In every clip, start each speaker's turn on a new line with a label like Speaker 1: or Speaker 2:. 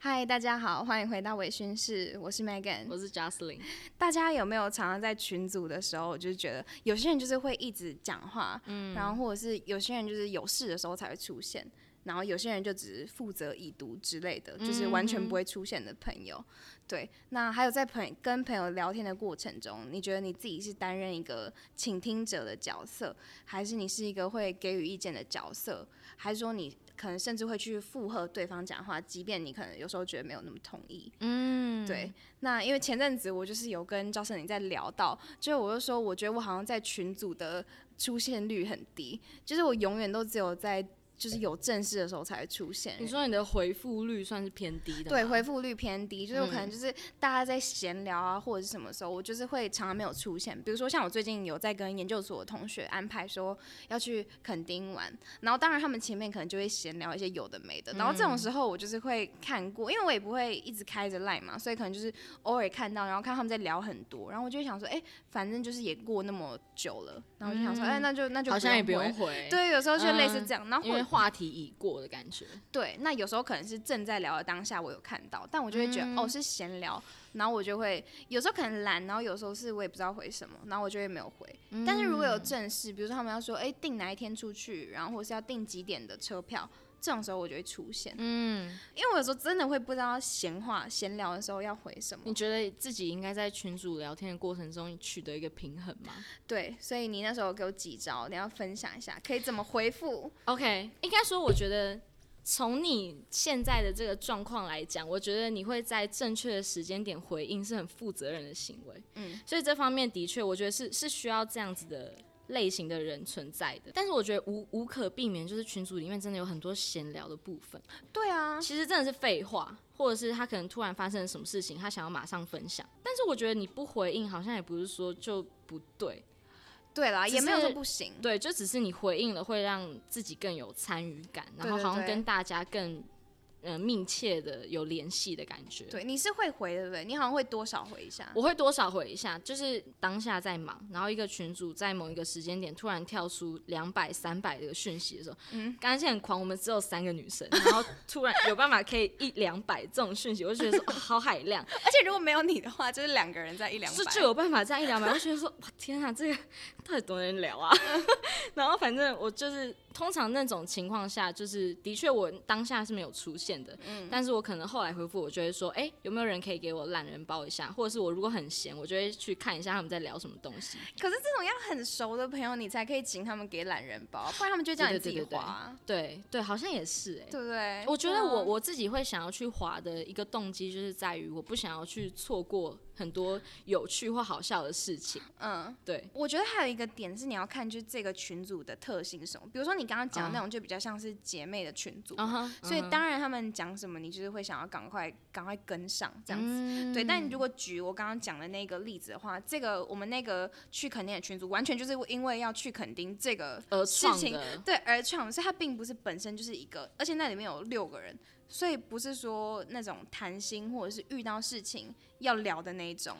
Speaker 1: 嗨，大家好，欢迎回到微醺室，我是 Megan。
Speaker 2: 我是 Jocelyn，
Speaker 1: 大家有没有常常在群组的时候，就是觉得有些人就是会一直讲话，嗯，然后或者是有些人就是有事的时候才会出现，然后有些人就只是负责已读之类的，就是完全不会出现的朋友。对，那还有在朋跟朋友聊天的过程中，你觉得你自己是担任一个倾听者的角色，还是你是一个会给予意见的角色，还是说你可能甚至会去附和对方讲话，即便你可能有时候觉得没有那么同意？
Speaker 2: 嗯，
Speaker 1: 对，那因为前阵子我就是有跟赵胜你在聊到，就是我就说我觉得我好像在群组的出现率很低，就是我永远都只有在就是有正事的时候才会出现。
Speaker 2: 你说你的回复率算是偏低的吗，嗯
Speaker 1: 对，回复率偏低，就是我可能就是大家在闲聊啊，或者是什么时候，我就是会常常没有出现。比如说像我最近有在跟研究所的同学安排说要去垦丁玩，然后当然他们前面可能就会闲聊一些有的没的，然后这种
Speaker 2: 嗯
Speaker 1: 时候我就是会看过，因为我也不会一直开着 line 嘛，所以可能就是偶尔看到，然后看他们在聊很多，然后我就会想说，哎、反正就是也过那么久了，然后我就想说，哎、那就那就
Speaker 2: 嗯好像也
Speaker 1: 不
Speaker 2: 不用
Speaker 1: 回。
Speaker 2: 回，，
Speaker 1: 对，有时候就类似
Speaker 2: 嗯
Speaker 1: 这样，然后
Speaker 2: 因
Speaker 1: 或
Speaker 2: 为话题已过的感觉，
Speaker 1: 对，那有时候可能是正在聊的当下，我有看到，但我就会觉得、
Speaker 2: 嗯
Speaker 1: 哦是闲聊，然后我就会有时候可能懒，然后有时候是我也不知道回什么，然后我就会没有回。但是如果有
Speaker 2: 嗯
Speaker 1: 正事，比如说他们要说哎订哪一天出去，然后或是要订几点的车票，这种时候我就会出现，
Speaker 2: 嗯，
Speaker 1: 因为我有时候真的会不知道闲话闲聊的时候要回什么
Speaker 2: 你。觉得自己应该在群组聊天的过程中取得一个平衡吗
Speaker 1: 对，所以你那时候给我几招，你要分享一下，可以怎么回复？
Speaker 2: ？OK，应该说我觉得。从你现在的这个状况来讲，我觉得你会在正确的时间点回应是很负责任的行为。
Speaker 1: 嗯，
Speaker 2: 所以这方面的确，我觉得是是需要这样子的类型的人存在的。但是我觉得无无可避免，就是群组里面真的有很多闲聊的部分。
Speaker 1: 对啊，
Speaker 2: 其实真的是废话，或者是他可能突然发生了什么事情，他想要马上分享。但是我觉得你不回应，好像也不是说就不对，
Speaker 1: 对啦，
Speaker 2: 只
Speaker 1: 也没有说
Speaker 2: 是
Speaker 1: 不行。
Speaker 2: 对，就只是你回应了，会让自己更有参与感，然后
Speaker 1: 对对
Speaker 2: 好像
Speaker 1: 对
Speaker 2: 跟大家更呃密切的有联系的感觉。
Speaker 1: 对，啊你是会回对不对？你好像会多少回一下。
Speaker 2: 我会多少回一下，就是当下在忙，然后一个群主在某一个时间点突然跳出两百、三百的讯息的时候，嗯，刚才很狂，我们只有三个女生，然后突然有办法可以一两百这种讯息，我就觉得说、哦好海量，
Speaker 1: 而且如果没有你的话，就是两个人在一两百
Speaker 2: 就。就有办法这样一两百，我就觉得说哇天啊，这个到底多能聊啊！ 然后反正我就是通常那种情况下，就是的确我当下是没有出现的，
Speaker 1: 嗯
Speaker 2: 但是我可能后来回复，我就会说，哎、有没有人可以给我懒人包一下？或者是我如果很闲，我就会去看一下他们在聊什么东西。
Speaker 1: 可是这种要很熟的朋友，你才可以请他们给懒人包，不然他们就叫你
Speaker 2: 对
Speaker 1: 自
Speaker 2: 对
Speaker 1: 己
Speaker 2: 对对
Speaker 1: 花啊，
Speaker 2: 对对，好像也是哎、
Speaker 1: 对不对？
Speaker 2: 我觉得我
Speaker 1: 对啊
Speaker 2: 我自己会想要去滑的一个动机，就是在于我不想要去错过很多有趣或好笑的事情。
Speaker 1: 嗯。
Speaker 2: 对，
Speaker 1: 我觉得还有一个点是你要看，就是这个群组的特性是什么。比如说你刚刚讲的那种，就比较像是姐妹的群组，
Speaker 2: 嗯哼，
Speaker 1: 所以当然他们讲什么，你就是会想要赶快赶快跟上这样子。
Speaker 2: 嗯
Speaker 1: 对，但如果举我刚刚讲的那个例子的话，这个我们那个去垦丁的群组，完全就是因为要去垦丁这个
Speaker 2: 而
Speaker 1: 事
Speaker 2: 呃创
Speaker 1: 情
Speaker 2: 的。
Speaker 1: 对，而创，所以它并不是本身就是一个，而且那里面有六个人，所以不是说那种谈心或者是遇到事情要聊的那一种。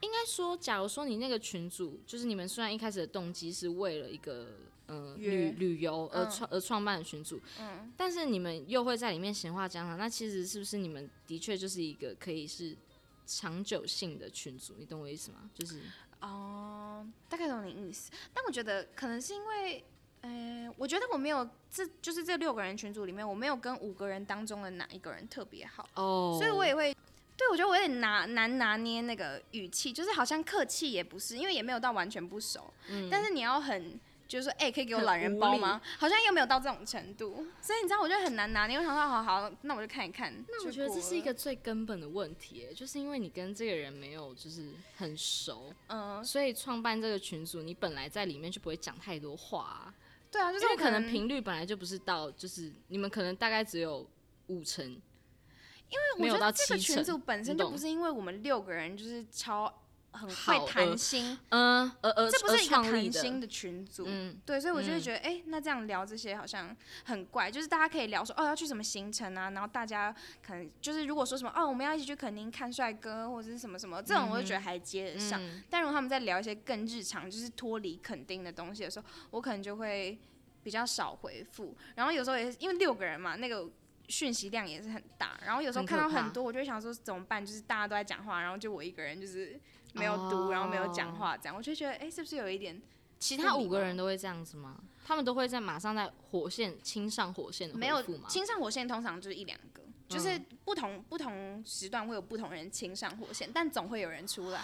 Speaker 2: 应该说，假如说你那个群组，就是你们虽然一开始的动机是为了一个呃
Speaker 1: 约
Speaker 2: 旅旅游而创、而创办的群组，嗯，但是你们又会在里面闲话家常，那其实是不是你们的确就是一个可以是长久性的群组？你懂我意思吗？就是
Speaker 1: 哦、大概懂你意思，但我觉得可能是因为，嗯、我觉得我没有这就是这六个人群组里面，我没有跟五个人当中的哪一个人特别好，
Speaker 2: 哦
Speaker 1: 所以我也会。对，我觉得我有点拿难拿捏那个语气，就是好像客气也不是，因为也没有到完全不熟，但是你要很就是说，哎、可以给我
Speaker 2: 嗯很
Speaker 1: 懒人
Speaker 2: 无
Speaker 1: 包
Speaker 2: 理
Speaker 1: 吗？好像又没有到这种程度，所以你知道，我就很难拿捏。我想说，哦好好，那我就看一看。
Speaker 2: 那
Speaker 1: 就
Speaker 2: 我觉得
Speaker 1: 过
Speaker 2: 这是一
Speaker 1: 了，
Speaker 2: 个最根本的问题，就是因为你跟这个人没有就是很熟，
Speaker 1: 嗯，
Speaker 2: 所以创办这个群组，你本来在里面就不会讲太多话、啊。
Speaker 1: 对啊，就
Speaker 2: 就是是
Speaker 1: 我
Speaker 2: 可能
Speaker 1: 能
Speaker 2: 频率本来就不是到，就是你们可能大概只有五成，因为
Speaker 1: 我
Speaker 2: 没有
Speaker 1: 觉
Speaker 2: 到
Speaker 1: 得这
Speaker 2: 七
Speaker 1: 个群组
Speaker 2: 成，
Speaker 1: 本身
Speaker 2: 你
Speaker 1: 就
Speaker 2: 懂
Speaker 1: 不是因为我们六个人就是超很
Speaker 2: 好
Speaker 1: 会谈
Speaker 2: 呃
Speaker 1: 心，
Speaker 2: 嗯，呃呃，
Speaker 1: 这不
Speaker 2: 而
Speaker 1: 是一个
Speaker 2: 创立
Speaker 1: 谈
Speaker 2: 的
Speaker 1: 心，的群组。
Speaker 2: 嗯，
Speaker 1: 对，所以我就会觉得，哎、那这样聊这些好像很怪，就是大家可以聊说，哦，要去什么行程啊，然后大家可能就是如果说什么，哦，我们要一起去垦丁看帅哥或者是什么什么，这种我就
Speaker 2: 嗯
Speaker 1: 觉得还接得上。但如果他们在聊一些更日常，就是脱离垦丁的东西的时候，我可能就会比较少回复。然后有时候也是因为六个人嘛，那个。讯息量也是很大，然后有时候
Speaker 2: 很
Speaker 1: 看到
Speaker 2: 可怕
Speaker 1: 很多，我就会想说怎么办？就是大家都在讲话，然后就我一个人就是没有读，然后没有讲话，这样我就觉得，哎、是不是有一点
Speaker 2: 哦其
Speaker 1: 不
Speaker 2: 他
Speaker 1: 礼
Speaker 2: 五个
Speaker 1: 貌
Speaker 2: 人都会这样子吗？他们都会在马上在火线亲上火线的
Speaker 1: 没有
Speaker 2: 回复吗？嗯
Speaker 1: 亲上火线？通常就是一两个，就是不同、不同时段会有不同人亲上火线，但总会有人出来。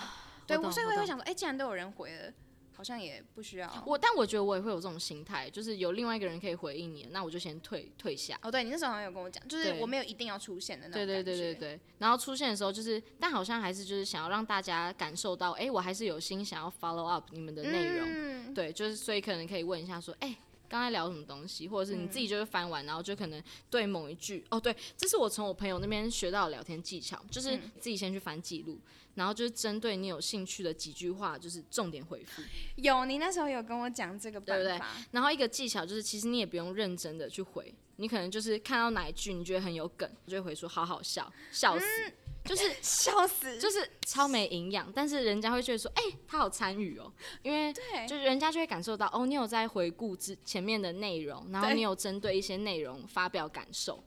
Speaker 1: 对，
Speaker 2: 懂
Speaker 1: 我所以
Speaker 2: 啊
Speaker 1: 我
Speaker 2: 我
Speaker 1: 会
Speaker 2: 懂哦
Speaker 1: 想说，哎、既然都有人回了，好像也不需要。
Speaker 2: 我但我觉得我也会有这种心态，就是有另外一个人可以回应你，那我就先退退下。
Speaker 1: 哦，对你那时候好像有跟我讲，就是
Speaker 2: 对
Speaker 1: 我没有一定要出现的那种
Speaker 2: 对对对对
Speaker 1: 对，
Speaker 2: 对，然后出现的时候就是，但好像还是就是想要让大家感受到，哎、我还是有心想要 follow up 你们的内容，
Speaker 1: 嗯，
Speaker 2: 对，就是所以可能可以问一下说，哎、刚才聊什么东西，或者是你自
Speaker 1: 嗯
Speaker 2: 己就是翻完，然后就可能对某一句，哦，对，这是我从我朋友那边学到的聊天技巧，就是
Speaker 1: 嗯
Speaker 2: 自己先去翻记录，然后就是针对你有兴趣的几句话，就是重点回复。
Speaker 1: 有你那时候有跟我讲这个办
Speaker 2: 对
Speaker 1: 法，
Speaker 2: 不对然后一个技巧就是，其实你也不用认真的去回，你可能就是看到哪一句你觉得很有梗，你就会回说好好笑，笑死，
Speaker 1: 嗯
Speaker 2: 就是
Speaker 1: 笑死，
Speaker 2: 就是超没营养，但是人家会觉得说，哎、他好参与哦，因为
Speaker 1: 对，
Speaker 2: 就是人家就会感受到，哦，你有在回顾之前面的内容，然后
Speaker 1: 对
Speaker 2: 你有针对一些内容发表感受，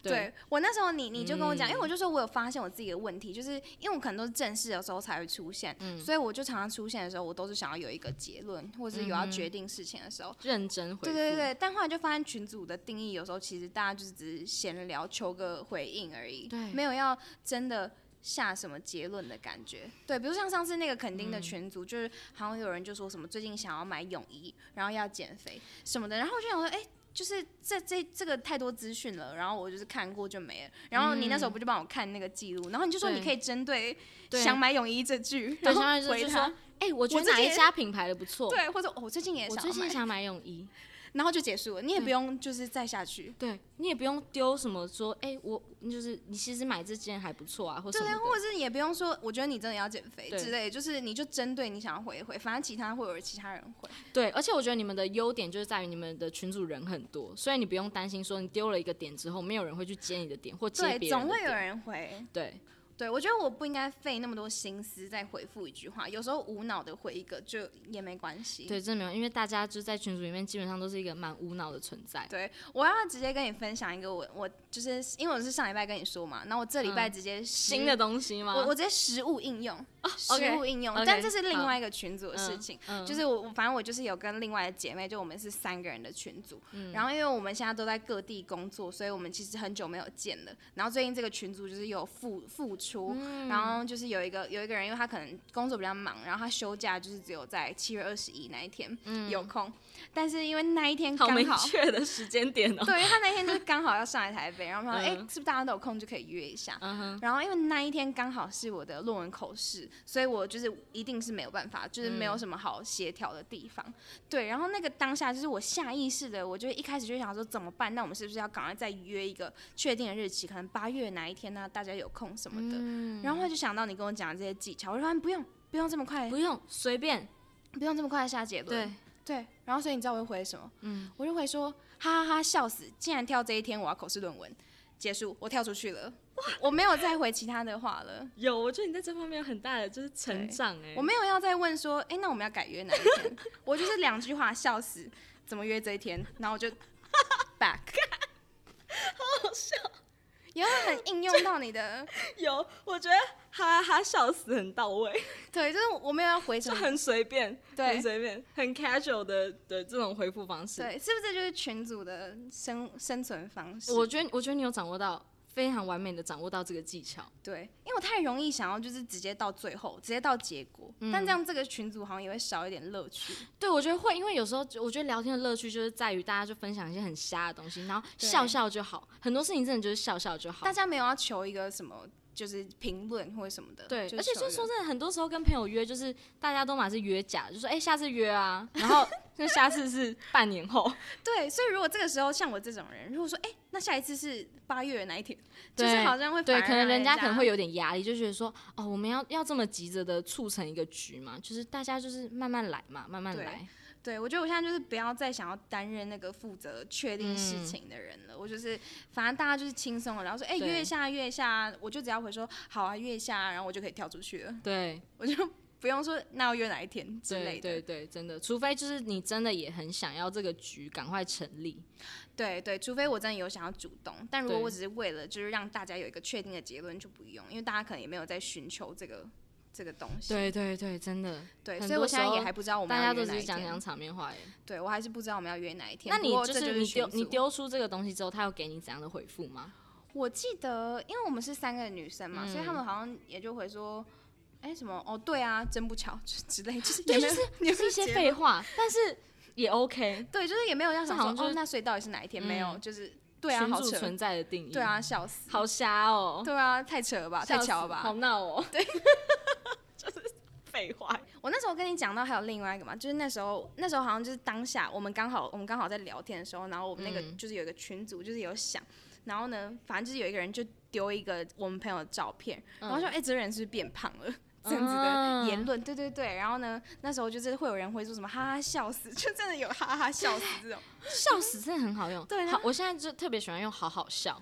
Speaker 1: 对我那时候你你就跟我讲，因为我
Speaker 2: 嗯
Speaker 1: 就说我有发现我自己的问题，就是因为我可能都是正式的时候才会出现，
Speaker 2: 嗯
Speaker 1: 所以我就常常出现的时候，我都是想要有一个结论，或是有
Speaker 2: 嗯
Speaker 1: 要决定事情的时候。
Speaker 2: 认真
Speaker 1: 对
Speaker 2: 回复，
Speaker 1: 对对，但后来就发现群组的定义，有时候其实大家就是只是闲聊，求个回应而已，
Speaker 2: 对
Speaker 1: 没有要真的下什么结论的感觉。对，比如像上次那个垦
Speaker 2: 嗯
Speaker 1: 丁的群组，就是好像有人就说什么最近想要买泳衣，然后要减肥什么的，然后我就想说，哎、就是这这这个太多资讯了，然后我就是看过就没了。然后你那时候不就帮我看那个记录，然后你就说
Speaker 2: 嗯对
Speaker 1: 你可以针对
Speaker 2: 对
Speaker 1: 想买泳衣这句，
Speaker 2: 对，
Speaker 1: 然
Speaker 2: 相
Speaker 1: 后
Speaker 2: 当于就是
Speaker 1: 回
Speaker 2: 说
Speaker 1: 他，，
Speaker 2: 哎、我觉
Speaker 1: 我
Speaker 2: 得
Speaker 1: 自
Speaker 2: 哪
Speaker 1: 己
Speaker 2: 一
Speaker 1: 也
Speaker 2: 家品牌的不错，
Speaker 1: 对，或者哦我最近也
Speaker 2: 我
Speaker 1: 想
Speaker 2: 最
Speaker 1: 要
Speaker 2: 近
Speaker 1: 买，
Speaker 2: 想嗯买泳衣，
Speaker 1: 然后就结束了，你也不用就是再下去。
Speaker 2: 对你也不用丢什么说，哎、我就是你其实买这件还不错啊，或什
Speaker 1: 对
Speaker 2: 么
Speaker 1: 啊，
Speaker 2: 的
Speaker 1: 或者是也不用说，我觉得你真的要减肥
Speaker 2: 对
Speaker 1: 之类，就是你就针对你想要回一回，反正其他会有其他人回。
Speaker 2: 对，而且我觉得你们的优点就是在于你们的群组人很多，所以你不用担心说你丢了一个点之后，没有人会去接你的点或接
Speaker 1: 对，
Speaker 2: 别人的
Speaker 1: 总会
Speaker 2: 点
Speaker 1: 有人回。
Speaker 2: 对
Speaker 1: 对，我觉得我不应该费那么多心思再回复一句话，有时候无脑的回一个就也没关系。
Speaker 2: 对，真的没有，因为大家就在群组里面基本上都是一个蛮无脑的存在。
Speaker 1: 对，我要直接跟你分享一个我我就是因为我是上礼拜跟你说嘛，那我这礼拜
Speaker 2: 嗯
Speaker 1: 直接实
Speaker 2: 新的东西吗？
Speaker 1: 我我直接实物应用，实
Speaker 2: 啊哦 OK，
Speaker 1: 物应用
Speaker 2: OK，
Speaker 1: 但这是
Speaker 2: 好
Speaker 1: 另外一个群组的事
Speaker 2: 嗯
Speaker 1: 情。
Speaker 2: 嗯
Speaker 1: 就是我，我反正我就是有跟另外的姐妹，就我们是三个人的群组。
Speaker 2: 嗯
Speaker 1: 然后因为我们现在都在各地工作，所以我们其实很久没有见了。然后最近这个群组就是有复复出，
Speaker 2: 嗯
Speaker 1: 然后就是有一个有一个人，因为他可能工作比较忙，然后他休假就是只有在七月二十一那一天、有空。但是因为那一天
Speaker 2: 嗯好
Speaker 1: 刚
Speaker 2: 明
Speaker 1: 好。
Speaker 2: 确的时间点哦、
Speaker 1: 对，因为他那天就是刚好要上来台北，然后我们说，哎、
Speaker 2: 嗯
Speaker 1: 是不是大家都有空就可以约一下？然后因为那一天刚好是我的论文口试，所以我就是一定是没有办法，就是没有
Speaker 2: 嗯
Speaker 1: 什么好协调的地方。对，然后那个当下就是我下意识的，我就一开始就想说怎么办？那我们是不是要赶快再约一个确定的日期？可能八月哪一天呢、大家有空什么
Speaker 2: 嗯
Speaker 1: 的。然后我就想到你跟我讲的这些技巧，我就说不用，不用这么快，
Speaker 2: 不用随便，
Speaker 1: 不用这么快下结论。
Speaker 2: 对，
Speaker 1: 对，然后所以你知道我会回什么？嗯，我就回说哈哈哈，笑死！竟然跳这一天，我要口试论文结束，我跳出去了，我没有再回其他的话了，
Speaker 2: 有，我觉得你在这方面有很大的就是
Speaker 1: 对
Speaker 2: 成长哎、
Speaker 1: 我没有要再问说，哎、那我们要改约哪一天？ 我就是两句话，笑死，怎么约这一天？然后 我就 back，好好笑，也会很应用到你的，
Speaker 2: 有，我觉得哈哈笑死很到位，
Speaker 1: 对，就是我没有要回什
Speaker 2: 就
Speaker 1: 么，
Speaker 2: 很随便，
Speaker 1: 对
Speaker 2: 很随便，很 casual 的的这种回复方式。
Speaker 1: 对，是不是这就是群主的生生存方式？
Speaker 2: 我觉得，我觉得你有掌握到非常完美的掌握到这个技巧。
Speaker 1: 对，因为我太容易想要就是直接到最后，直接到结果，
Speaker 2: 嗯
Speaker 1: 但这样这个群组好像也会少一点乐趣。
Speaker 2: 对，我觉得会，因为有时候我觉得聊天的乐趣就是在于大家就分享一些很瞎的东西，然后
Speaker 1: 对
Speaker 2: 笑笑就好，很多事情真的就是笑笑就好
Speaker 1: 大。家没有要求一个什么，就是评论或者什么的。
Speaker 2: 对，而且
Speaker 1: 求
Speaker 2: 就
Speaker 1: 一
Speaker 2: 说
Speaker 1: 个
Speaker 2: 真的，很多时候跟朋友约，就是大家都嘛是约假的，就说哎、下次约啊，然后就下次是半年后，
Speaker 1: 对，所以如果这个时候像我这种人，如果说哎、诶那下一次是八月哪一天，就
Speaker 2: 对
Speaker 1: 是好像会
Speaker 2: 对，
Speaker 1: 反而
Speaker 2: 可能
Speaker 1: 让
Speaker 2: 人
Speaker 1: 人
Speaker 2: 家可能会有点压力，就觉得说哦，我们要要这么急着的促成一个局嘛，就是大家就是慢慢来嘛，慢慢
Speaker 1: 对
Speaker 2: 来。
Speaker 1: 对，我觉得我现在就是不要再想要担任那个负责确定
Speaker 2: 嗯
Speaker 1: 事情的人了。我就是，反正大家就是轻松的，然后说，哎、
Speaker 2: 对
Speaker 1: 啊约一下，约一下，我就只要回说好啊，约一下，然后我就可以跳出去了，
Speaker 2: 对，
Speaker 1: 我就不用说那要约哪一天之类
Speaker 2: 对
Speaker 1: 的。
Speaker 2: 对对，真的，除非就是你真的也很想要这个局赶快成立，
Speaker 1: 对对，除非我真的有想要主动，但如果
Speaker 2: 对
Speaker 1: 我只是为了就是让大家有一个确定的结论，就不用，因为大家可能也没有在寻求这个这个东西。
Speaker 2: 对对对，真的，
Speaker 1: 对，
Speaker 2: 很
Speaker 1: 所以我
Speaker 2: 多
Speaker 1: 现在
Speaker 2: 时候
Speaker 1: 也还不知道我们
Speaker 2: 大
Speaker 1: 要
Speaker 2: 家
Speaker 1: 约
Speaker 2: 都
Speaker 1: 哪
Speaker 2: 只
Speaker 1: 一
Speaker 2: 是讲
Speaker 1: 天
Speaker 2: 讲。场面话耶。
Speaker 1: 对我还是不知道我们要约哪一天。
Speaker 2: 那
Speaker 1: 不
Speaker 2: 你
Speaker 1: 过
Speaker 2: 就
Speaker 1: 这就是
Speaker 2: 你
Speaker 1: 群
Speaker 2: 丢你
Speaker 1: 组。
Speaker 2: 丢出这个东西之后，他有给你怎样的回复 吗？
Speaker 1: 我记得，因为我们是三个女生嘛，所以她
Speaker 2: 嗯
Speaker 1: 们好像也就回说，哎、什么哦，对啊，真不巧 之之类，就是也没有也没
Speaker 2: 是
Speaker 1: 有
Speaker 2: 一些
Speaker 1: 结
Speaker 2: 废话，但是也 OK。
Speaker 1: 对，就是也没有要想
Speaker 2: 这
Speaker 1: 说
Speaker 2: 好像就是
Speaker 1: 哦，那所以到底是哪一天？没有，
Speaker 2: 嗯
Speaker 1: 就是 对啊，
Speaker 2: 群
Speaker 1: 好
Speaker 2: 组
Speaker 1: 扯，
Speaker 2: 存在的定义，
Speaker 1: 对，啊，笑死，
Speaker 2: 嗯好瞎哦，
Speaker 1: 对啊，太扯了吧，太
Speaker 2: 笑
Speaker 1: 巧了
Speaker 2: 死
Speaker 1: 吧，
Speaker 2: 好闹 哦， 对，就是废话，
Speaker 1: 我那时候跟你讲到还有另外一个嘛，就是那时候那时候好像就是当下我们刚好我们刚好在聊天的时候，然后我们那个
Speaker 2: 嗯
Speaker 1: 就是有一个群组就是有想，然后呢，反正就是有一个人就丢一个我们朋友的照片，然
Speaker 2: 嗯
Speaker 1: 后说哎、诶这个人是不是变胖了？这样子的言论，对对对，然后呢，那时候就是会有人会说什么哈哈笑死， 就真的有哈哈笑死这种，
Speaker 2: 笑死真的很好用，
Speaker 1: 对啊然
Speaker 2: 好，我现在就特别喜欢用好好笑，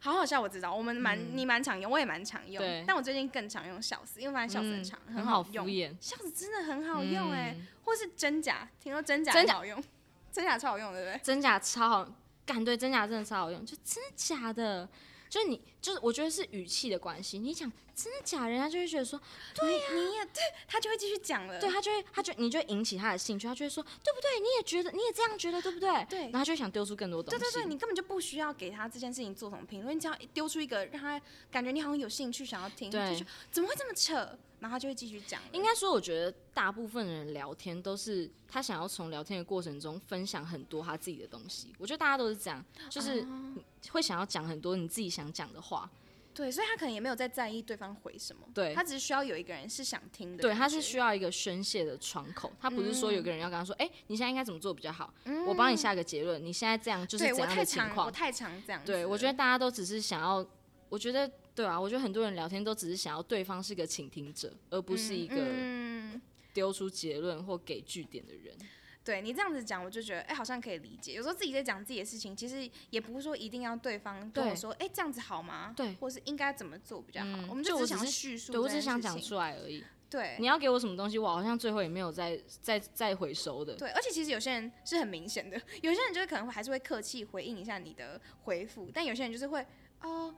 Speaker 1: 好好笑，我知道，我们蛮、你蛮常用，我也蛮常用
Speaker 2: 嗯对，
Speaker 1: 但我最近更常用笑死，因为发现笑死很
Speaker 2: 嗯
Speaker 1: 长，
Speaker 2: 很
Speaker 1: 好
Speaker 2: 敷
Speaker 1: 用，
Speaker 2: 衍，
Speaker 1: 笑死真的很好用哎、
Speaker 2: 嗯
Speaker 1: 或是真假，听说真假
Speaker 2: 真
Speaker 1: 很
Speaker 2: 假
Speaker 1: 好用，真假超好用，对不对？
Speaker 2: 真假超好，干对真假真的超好用，就真的假的。就是你，就是我觉得是语气的关系。你讲真的假，人家就会觉得说，
Speaker 1: 对呀、你也对，他就会继续讲了。
Speaker 2: 对他就会，他就你就会引起他的兴趣，他就会说，对不对？你也觉得，你也这样觉得，对不对？
Speaker 1: 对
Speaker 2: 然后他就会想丢出更多东
Speaker 1: 对
Speaker 2: 西。
Speaker 1: 对对，你根本就不需要给他这件事情做什么评论，你只要丢出一个让他感觉你好像有兴趣想要听，
Speaker 2: 对
Speaker 1: 就说怎么会这么扯，然后他就会继续讲了。
Speaker 2: 应该说，我觉得大部分人聊天都是他想要从聊天的过程中分享很多他自己的东西。我觉得大家都是这样，就是
Speaker 1: 哦
Speaker 2: 会想要讲很多你自己想讲的话。
Speaker 1: 对，所以他可能也没有在在意对方回什么，
Speaker 2: 对
Speaker 1: 他只是需要有一个人是想听的感觉。嗯
Speaker 2: 对，他是需要一个宣泄的窗口，他不是说有个人要跟他说，哎、你现在应该怎么做比较好，我帮你下个结论，你现在这样就是
Speaker 1: 对
Speaker 2: 怎
Speaker 1: 我
Speaker 2: 样
Speaker 1: 太
Speaker 2: 的情
Speaker 1: 常我
Speaker 2: 况。
Speaker 1: 太常这样子了。
Speaker 2: 对，我觉得大家都只是想要，我觉得对啊，我觉得很多人聊天都只是想要对方是个倾听者，而不是一个
Speaker 1: 嗯。
Speaker 2: 丢出结论或给据点的人。
Speaker 1: 对你这样子讲，我就觉得哎、好像可以理解。有时候自己在讲自己的事情，其实也不是说一定要对方跟我
Speaker 2: 对
Speaker 1: 说，哎、这样子好吗？
Speaker 2: 对
Speaker 1: 或是应该怎么做比较好？
Speaker 2: 嗯
Speaker 1: 我们
Speaker 2: 就
Speaker 1: 只
Speaker 2: 我
Speaker 1: 想
Speaker 2: 只
Speaker 1: 要
Speaker 2: 是
Speaker 1: 叙述
Speaker 2: 对
Speaker 1: 这件事情，
Speaker 2: 我只想讲出来而已。
Speaker 1: 对
Speaker 2: 你要给我什么东西，我好像最后也没有再再再回收的。
Speaker 1: 对，而且其实有些人是很明显的，有些人就是可能会还是会客气回应一下你的回复，但有些人就是会哦，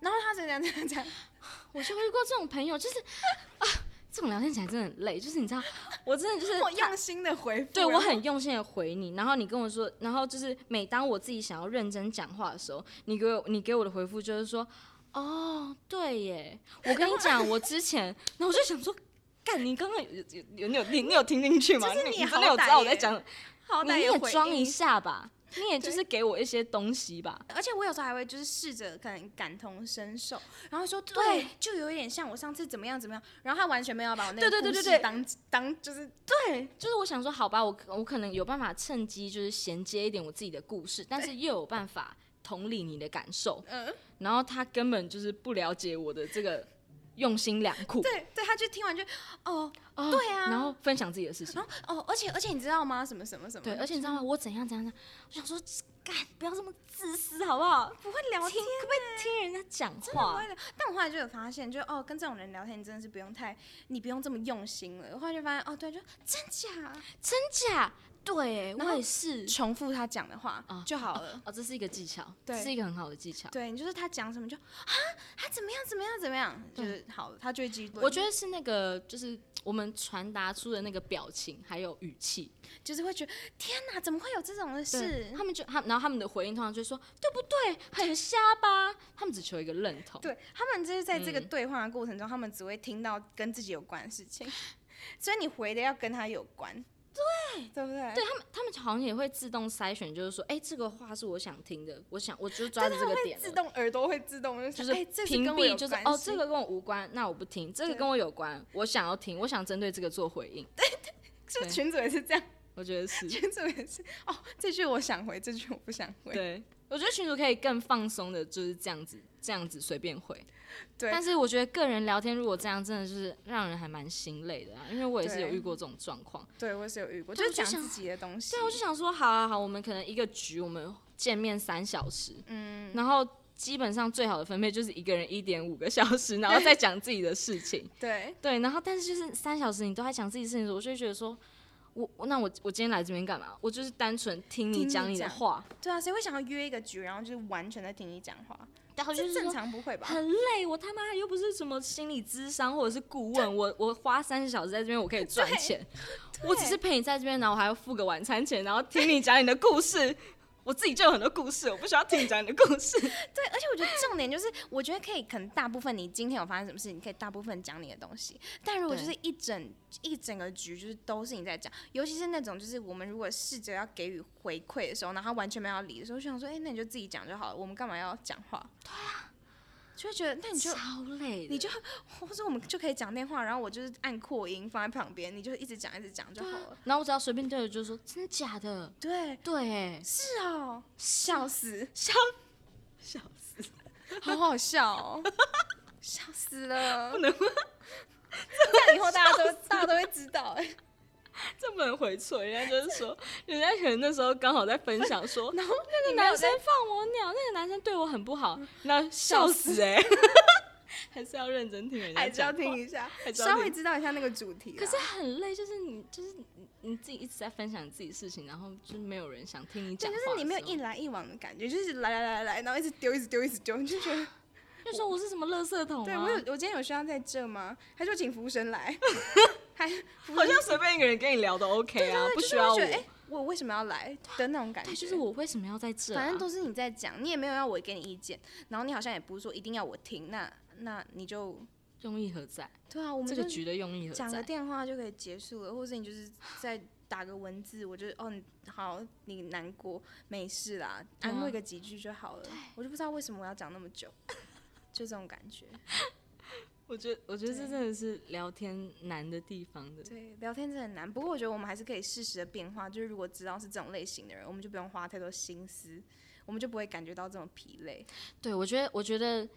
Speaker 1: 然后他这样这样这样，
Speaker 2: 我就遇过这种朋友，就是啊，这种聊天起来真的很累。就是你知道，我真 的就是
Speaker 1: 我用心的回复，
Speaker 2: 对我
Speaker 1: 然后
Speaker 2: 很用心的回你，然后你跟我说，然后就是每当我自己想要认真讲话的时候，你给我你给我的回复就是说，哦，对耶，我跟你讲，我之前，然后我就想说，干，你刚刚有有有你有听你有听进去吗？
Speaker 1: 就是
Speaker 2: 你
Speaker 1: 你好
Speaker 2: 真的有知
Speaker 1: 歹
Speaker 2: 道我
Speaker 1: 也
Speaker 2: 在讲，
Speaker 1: 好
Speaker 2: 你
Speaker 1: 歹
Speaker 2: 你
Speaker 1: 也
Speaker 2: 也
Speaker 1: 回
Speaker 2: 装一
Speaker 1: 应。
Speaker 2: 下吧，你也就是给我一些东西吧。
Speaker 1: 而且我有时候还会就是试着可能感同身受，然后说
Speaker 2: 对
Speaker 1: 对，就有一点像我上次怎么样怎么样，然后他完全没有把我那个
Speaker 2: 对对对
Speaker 1: 故
Speaker 2: 对
Speaker 1: 事
Speaker 2: 对
Speaker 1: 当当就是
Speaker 2: 对，就是我想说，好吧，我可我可能有办法趁机就是衔接一点我自己的故事，但是又有办法同理你的感受。
Speaker 1: 嗯
Speaker 2: 然后他根本就是不了解我的这个用心良苦，
Speaker 1: 对对，他就听完就哦
Speaker 2: 哦
Speaker 1: 对啊
Speaker 2: 然后分享自己的事情。
Speaker 1: 然后哦，而且而且你知道吗？什么什么什么？
Speaker 2: 对，而且你知
Speaker 1: 嗯
Speaker 2: 道吗？我怎样怎样怎样，我想说，干不要这么自私好不好？
Speaker 1: 不会聊天
Speaker 2: 听，可不可以听人家讲
Speaker 1: 真的不
Speaker 2: 话
Speaker 1: 会？聊。但我后来就有发现，就哦，跟这种人聊天，你真的是不用太，你不用这么用心了。我后来就发现，哦，对，就真假
Speaker 2: 真假？对，
Speaker 1: 然后
Speaker 2: 我也是。
Speaker 1: 重复他讲的话
Speaker 2: 啊
Speaker 1: 就好了。
Speaker 2: 哦，这是一个技巧，
Speaker 1: 对
Speaker 2: 这是一个很好的技巧。
Speaker 1: 对你就是他讲什么就啊，他怎么样怎么样怎么样，就是好了，他就会记录。
Speaker 2: 嗯我觉得是那个，就是我们传达出的那个表情还有语气，
Speaker 1: 就是会觉得天哪，怎么会有这种的
Speaker 2: 对
Speaker 1: 事？
Speaker 2: 他们就他，然后他们的回应通常就说对不对，很瞎 吧？他们只求一个认同。
Speaker 1: 对他们就是在这个
Speaker 2: 嗯
Speaker 1: 对话的过程中，他们只会听到跟自己有关的事 情，所以你回的要跟他有关，对对不对？
Speaker 2: 对他们，他们好像也会自动筛选，就是说，哎、这个话是我想听的，我想我就抓着这个点
Speaker 1: 自
Speaker 2: 了。
Speaker 1: 动耳朵会自动就
Speaker 2: 就是是
Speaker 1: 哎，这
Speaker 2: 屏
Speaker 1: 跟我
Speaker 2: 蔽，
Speaker 1: 有
Speaker 2: 就是
Speaker 1: 关
Speaker 2: 哦，
Speaker 1: 系
Speaker 2: 这个跟我无关，那我不听；这个
Speaker 1: 对
Speaker 2: 跟我有关，我想要听，我想针对这个做回应。
Speaker 1: 就
Speaker 2: 对
Speaker 1: 群主也是这样，
Speaker 2: 我觉得是，
Speaker 1: 群主也是哦，这句我想回，这句我不想回，
Speaker 2: 对，我觉得群主可以更放松的，就是这样子，这样子随便回。
Speaker 1: 对
Speaker 2: 但是我觉得个人聊天如果这样，真的就是让人还蛮心累的、啊，因为我也是有
Speaker 1: 对
Speaker 2: 遇过这种状况。
Speaker 1: 对我也是有遇过，就
Speaker 2: 对
Speaker 1: 是讲
Speaker 2: 我就想
Speaker 1: 自己的东西
Speaker 2: 啊对啊，，我就想说，好啊好，我们可能一个局我们见面三小时，
Speaker 1: 嗯，
Speaker 2: 然后基本上最好的分配就是一个人一点五个小时，然后再讲自己的 事情。
Speaker 1: 对，
Speaker 2: 对，然后但是就是三小时你都在讲自己事情的时候，我就会觉得说，我那我我今天来这边干嘛？我就是单纯听你
Speaker 1: 听你
Speaker 2: 讲你的
Speaker 1: 讲
Speaker 2: 话，
Speaker 1: 对啊，谁会想要约一个局，然后就是完全在听你讲话？
Speaker 2: 然后就
Speaker 1: 这
Speaker 2: 是
Speaker 1: 正
Speaker 2: 说
Speaker 1: 常不会吧？
Speaker 2: 很累，我他妈又不是什么心理咨商或者是顾问，我我花三十小时在这边我可以赚钱，我只是陪你在这边，然后我还要付个晚餐钱，然后听你讲你的故事。我自己就有很多故事，我不需要听你讲你的故 事。
Speaker 1: 对，而且我觉得重点就是，我觉得可以，可能大部分你今天有发生什么事，你可以大部分讲你的东西。但如果就是一整一整个局，就是都是你在讲，尤其是那种就是我们如果试着要给予回馈的时候，然后他完全没有要理的时候，我就想说，哎、那你就自己讲就好了，我们干嘛要讲话？对啊，就会觉得那你就。
Speaker 2: 超累 的，
Speaker 1: 你就或者我们就可以讲电话，然后我就是按扩音放在旁边，你就一直讲一直讲就好了。
Speaker 2: 然后我只要随便对着就说真的假的，
Speaker 1: 对，
Speaker 2: 对，哎，
Speaker 1: 是哦，笑死，
Speaker 2: 笑笑死，
Speaker 1: 好好笑哦， 笑死了，不能吗？以后大家 都大家都会知道 哎、
Speaker 2: 这不能回错。人家就是说， 人家可能那时候刚好在分享 说，
Speaker 1: 然后
Speaker 2: 那
Speaker 1: 那
Speaker 2: 个男生放我鸟，那个男生对我很不 好，那笑死 哎、还是要认真听人家
Speaker 1: 还是要
Speaker 2: 讲话
Speaker 1: 听一下，
Speaker 2: 还是要
Speaker 1: 稍微
Speaker 2: 听
Speaker 1: 知道一下那个主题啦。
Speaker 2: 可是很累，就是你就是你你自己一直在分享你自己事情，然后就是没有人想听
Speaker 1: 对，
Speaker 2: 你讲
Speaker 1: 就
Speaker 2: 话。
Speaker 1: 是你没有一，来一往的感觉，就是来来来来，然后一直丢，一直丢，一直丢，你就觉得，
Speaker 2: 就说我是什么垃圾桶吗？啊
Speaker 1: 对我有我今天有需要在这吗？还说请服务生 来，还服务
Speaker 2: 好
Speaker 1: 生
Speaker 2: 像随便一个人跟你聊都 OK 啊，不
Speaker 1: 就是
Speaker 2: 需
Speaker 1: 会
Speaker 2: 要
Speaker 1: 觉得哎、我为什么要来的那种感觉？
Speaker 2: 对，就是我为什么要在这、啊？
Speaker 1: 反正都是你在讲，你也没有要我给你意见，然后你好像也不是说一定要我听，那那你就
Speaker 2: 用意何在？
Speaker 1: 对啊，我们
Speaker 2: 这个
Speaker 1: 就
Speaker 2: 局的用意何
Speaker 1: 讲个
Speaker 2: 在？
Speaker 1: 电话就可以结束了，或者你就是再打个文字，我就哦你好，你难过没事啦，
Speaker 2: 对啊
Speaker 1: 安慰个几句就好了。我就不知道为什么我要讲那么久， 就这种感觉。
Speaker 2: 我觉得，我觉得这
Speaker 1: 对
Speaker 2: 真的是聊天难的地方的。
Speaker 1: 对，聊天真的很难，不过我觉得我们还是可以适时的变化，就是如果知道是这种类型的人，我们就不用花太多心思，我们就不会感觉到这种疲累。
Speaker 2: 对，我觉得，我觉得，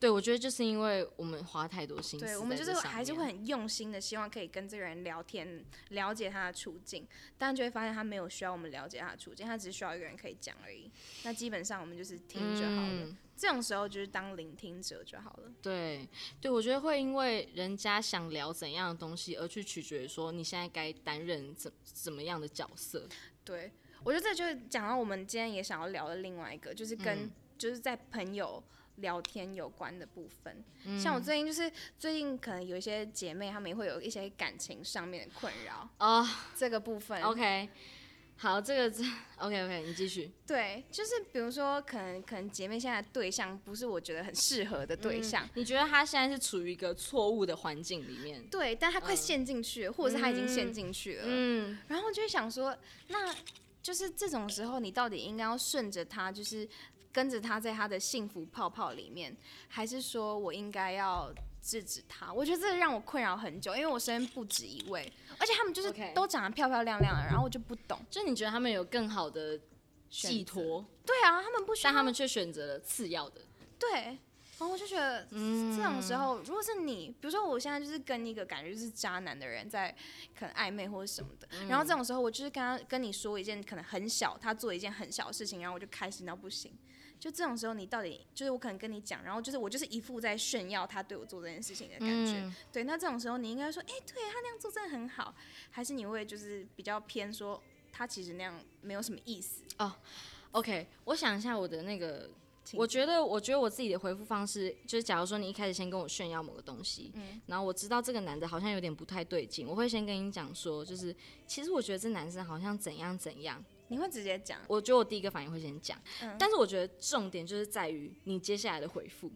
Speaker 2: 对，我觉得就是因为我们花太多心思在这
Speaker 1: 对，
Speaker 2: 上面，
Speaker 1: 我们就是还是会很用心的，希望可以跟这个人聊天，了解他的处境，但就会发现他没有需要我们了解他的处境，他只是需要一个人可以讲而已。那基本上我们就是听就好了，
Speaker 2: 嗯
Speaker 1: 这种时候就是当聆听者就好了。
Speaker 2: 对对，我觉得会因为人家想聊怎样的东西，而去取决于说你现在该担任怎怎么样的角色。
Speaker 1: 对，我觉得这就是讲到我们今天也想要聊的另外一个，就是
Speaker 2: 嗯
Speaker 1: 跟、就是在朋友聊天有关的部分。
Speaker 2: 嗯
Speaker 1: 像我最近就是最近可能有一些姐妹，她们也会有一些感情上面的困扰
Speaker 2: 啊
Speaker 1: 这个部分
Speaker 2: OK，好，这个这 OK OK，你继 续。
Speaker 1: 对，就是比如说，可能可能姐妹现在的对象不是我觉得很适合的对象，
Speaker 2: 你觉得他现在是处于一个错误的环境里面？
Speaker 1: 对，但她快陷进去了，或者是她已经陷进去了，
Speaker 2: 嗯，
Speaker 1: 然后我就会想说，那就是这种时候，你到底应该要顺着她，就是跟着她在她的幸福泡泡里面，还是说我应该要？制止她？我觉得这个让我困扰很久，因为我身边不止一位，而且她们就是
Speaker 2: OK
Speaker 1: 都长得漂漂亮亮的，然后我就不懂。
Speaker 2: 就你觉得他们有更好的寄
Speaker 1: 选择
Speaker 2: 托，
Speaker 1: 对啊，她们不需要
Speaker 2: 但他们却选择了次要的。
Speaker 1: 对，然后我就觉得，
Speaker 2: 嗯
Speaker 1: 这种时候，如果是你，比如说我现在就是跟一个感觉就是渣男的人在可能暧昧或者什么的，然后
Speaker 2: 嗯
Speaker 1: 这种时候，我就是跟他跟你说一件可能很小，他做一件很小的事情，然后我就开心到不行。就这种时候，你到底就是我可能跟你讲，然后就是我就是一副在炫耀他对我做这件事情的感觉。
Speaker 2: 嗯
Speaker 1: 对，那这种时候你应该说，哎、对他那样做真的很好，还是你会就是比较偏说他其实那样没有什么意思？
Speaker 2: OK，我想一下我的那个，
Speaker 1: 请
Speaker 2: 我觉得，我觉得我自己的回复方式就是，假如说你一开始先跟我炫耀某个东西，
Speaker 1: 嗯
Speaker 2: 然后我知道这个男的好像有点不太对劲，我会先跟你讲说，就是其实我觉得这男生好像怎样怎样，
Speaker 1: 你会直接讲，
Speaker 2: 我觉得我第一个反应会先讲，
Speaker 1: 嗯
Speaker 2: 但是我觉得重点就是在于你接下来的回复，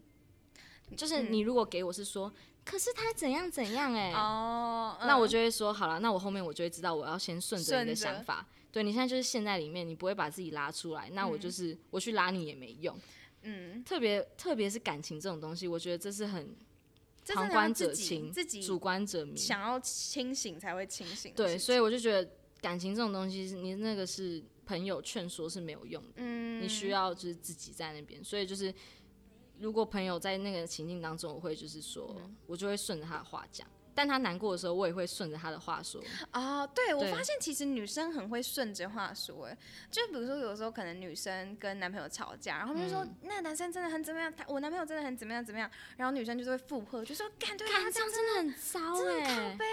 Speaker 1: 嗯
Speaker 2: 就是你如果给我是说，可是他怎样怎样哎、
Speaker 1: 哦，
Speaker 2: 那我就会说好了，那我后面我就会知道我要先顺着
Speaker 1: 顺着
Speaker 2: 你的想法。对你现在就是陷在里面，你不会把自己拉出来，那我就是、我去拉你也没用。
Speaker 1: 嗯，
Speaker 2: 特别特别是感情这种东西，我觉得这是很
Speaker 1: 这
Speaker 2: 旁
Speaker 1: 真的要
Speaker 2: 观
Speaker 1: 自
Speaker 2: 者
Speaker 1: 己
Speaker 2: 清，
Speaker 1: 自己
Speaker 2: 主观者迷。
Speaker 1: 想要清醒才会清醒的事情。
Speaker 2: 对，所以我就觉得感情这种东西是，你那个是朋友劝说是没有用的，
Speaker 1: 嗯，
Speaker 2: 你需要就是自己在那边。所以就是
Speaker 1: 嗯
Speaker 2: 如果朋友在那个情境当中，我会就是说，我就会顺着他的话讲，但他难过的时候，我也会顺着他的话说。
Speaker 1: 哦，对，我
Speaker 2: 对
Speaker 1: 发现其实女生很会顺着话说，哎，就比如说有时候可能女生跟男朋友吵架，然后他们就
Speaker 2: 嗯
Speaker 1: 说、那男生真的很怎么样，他我男朋友真的很怎么样怎么样，然后女生就是会附和，就说干对啊，
Speaker 2: 看，
Speaker 1: 这
Speaker 2: 这样
Speaker 1: 样
Speaker 2: 真的很嗯糟哎、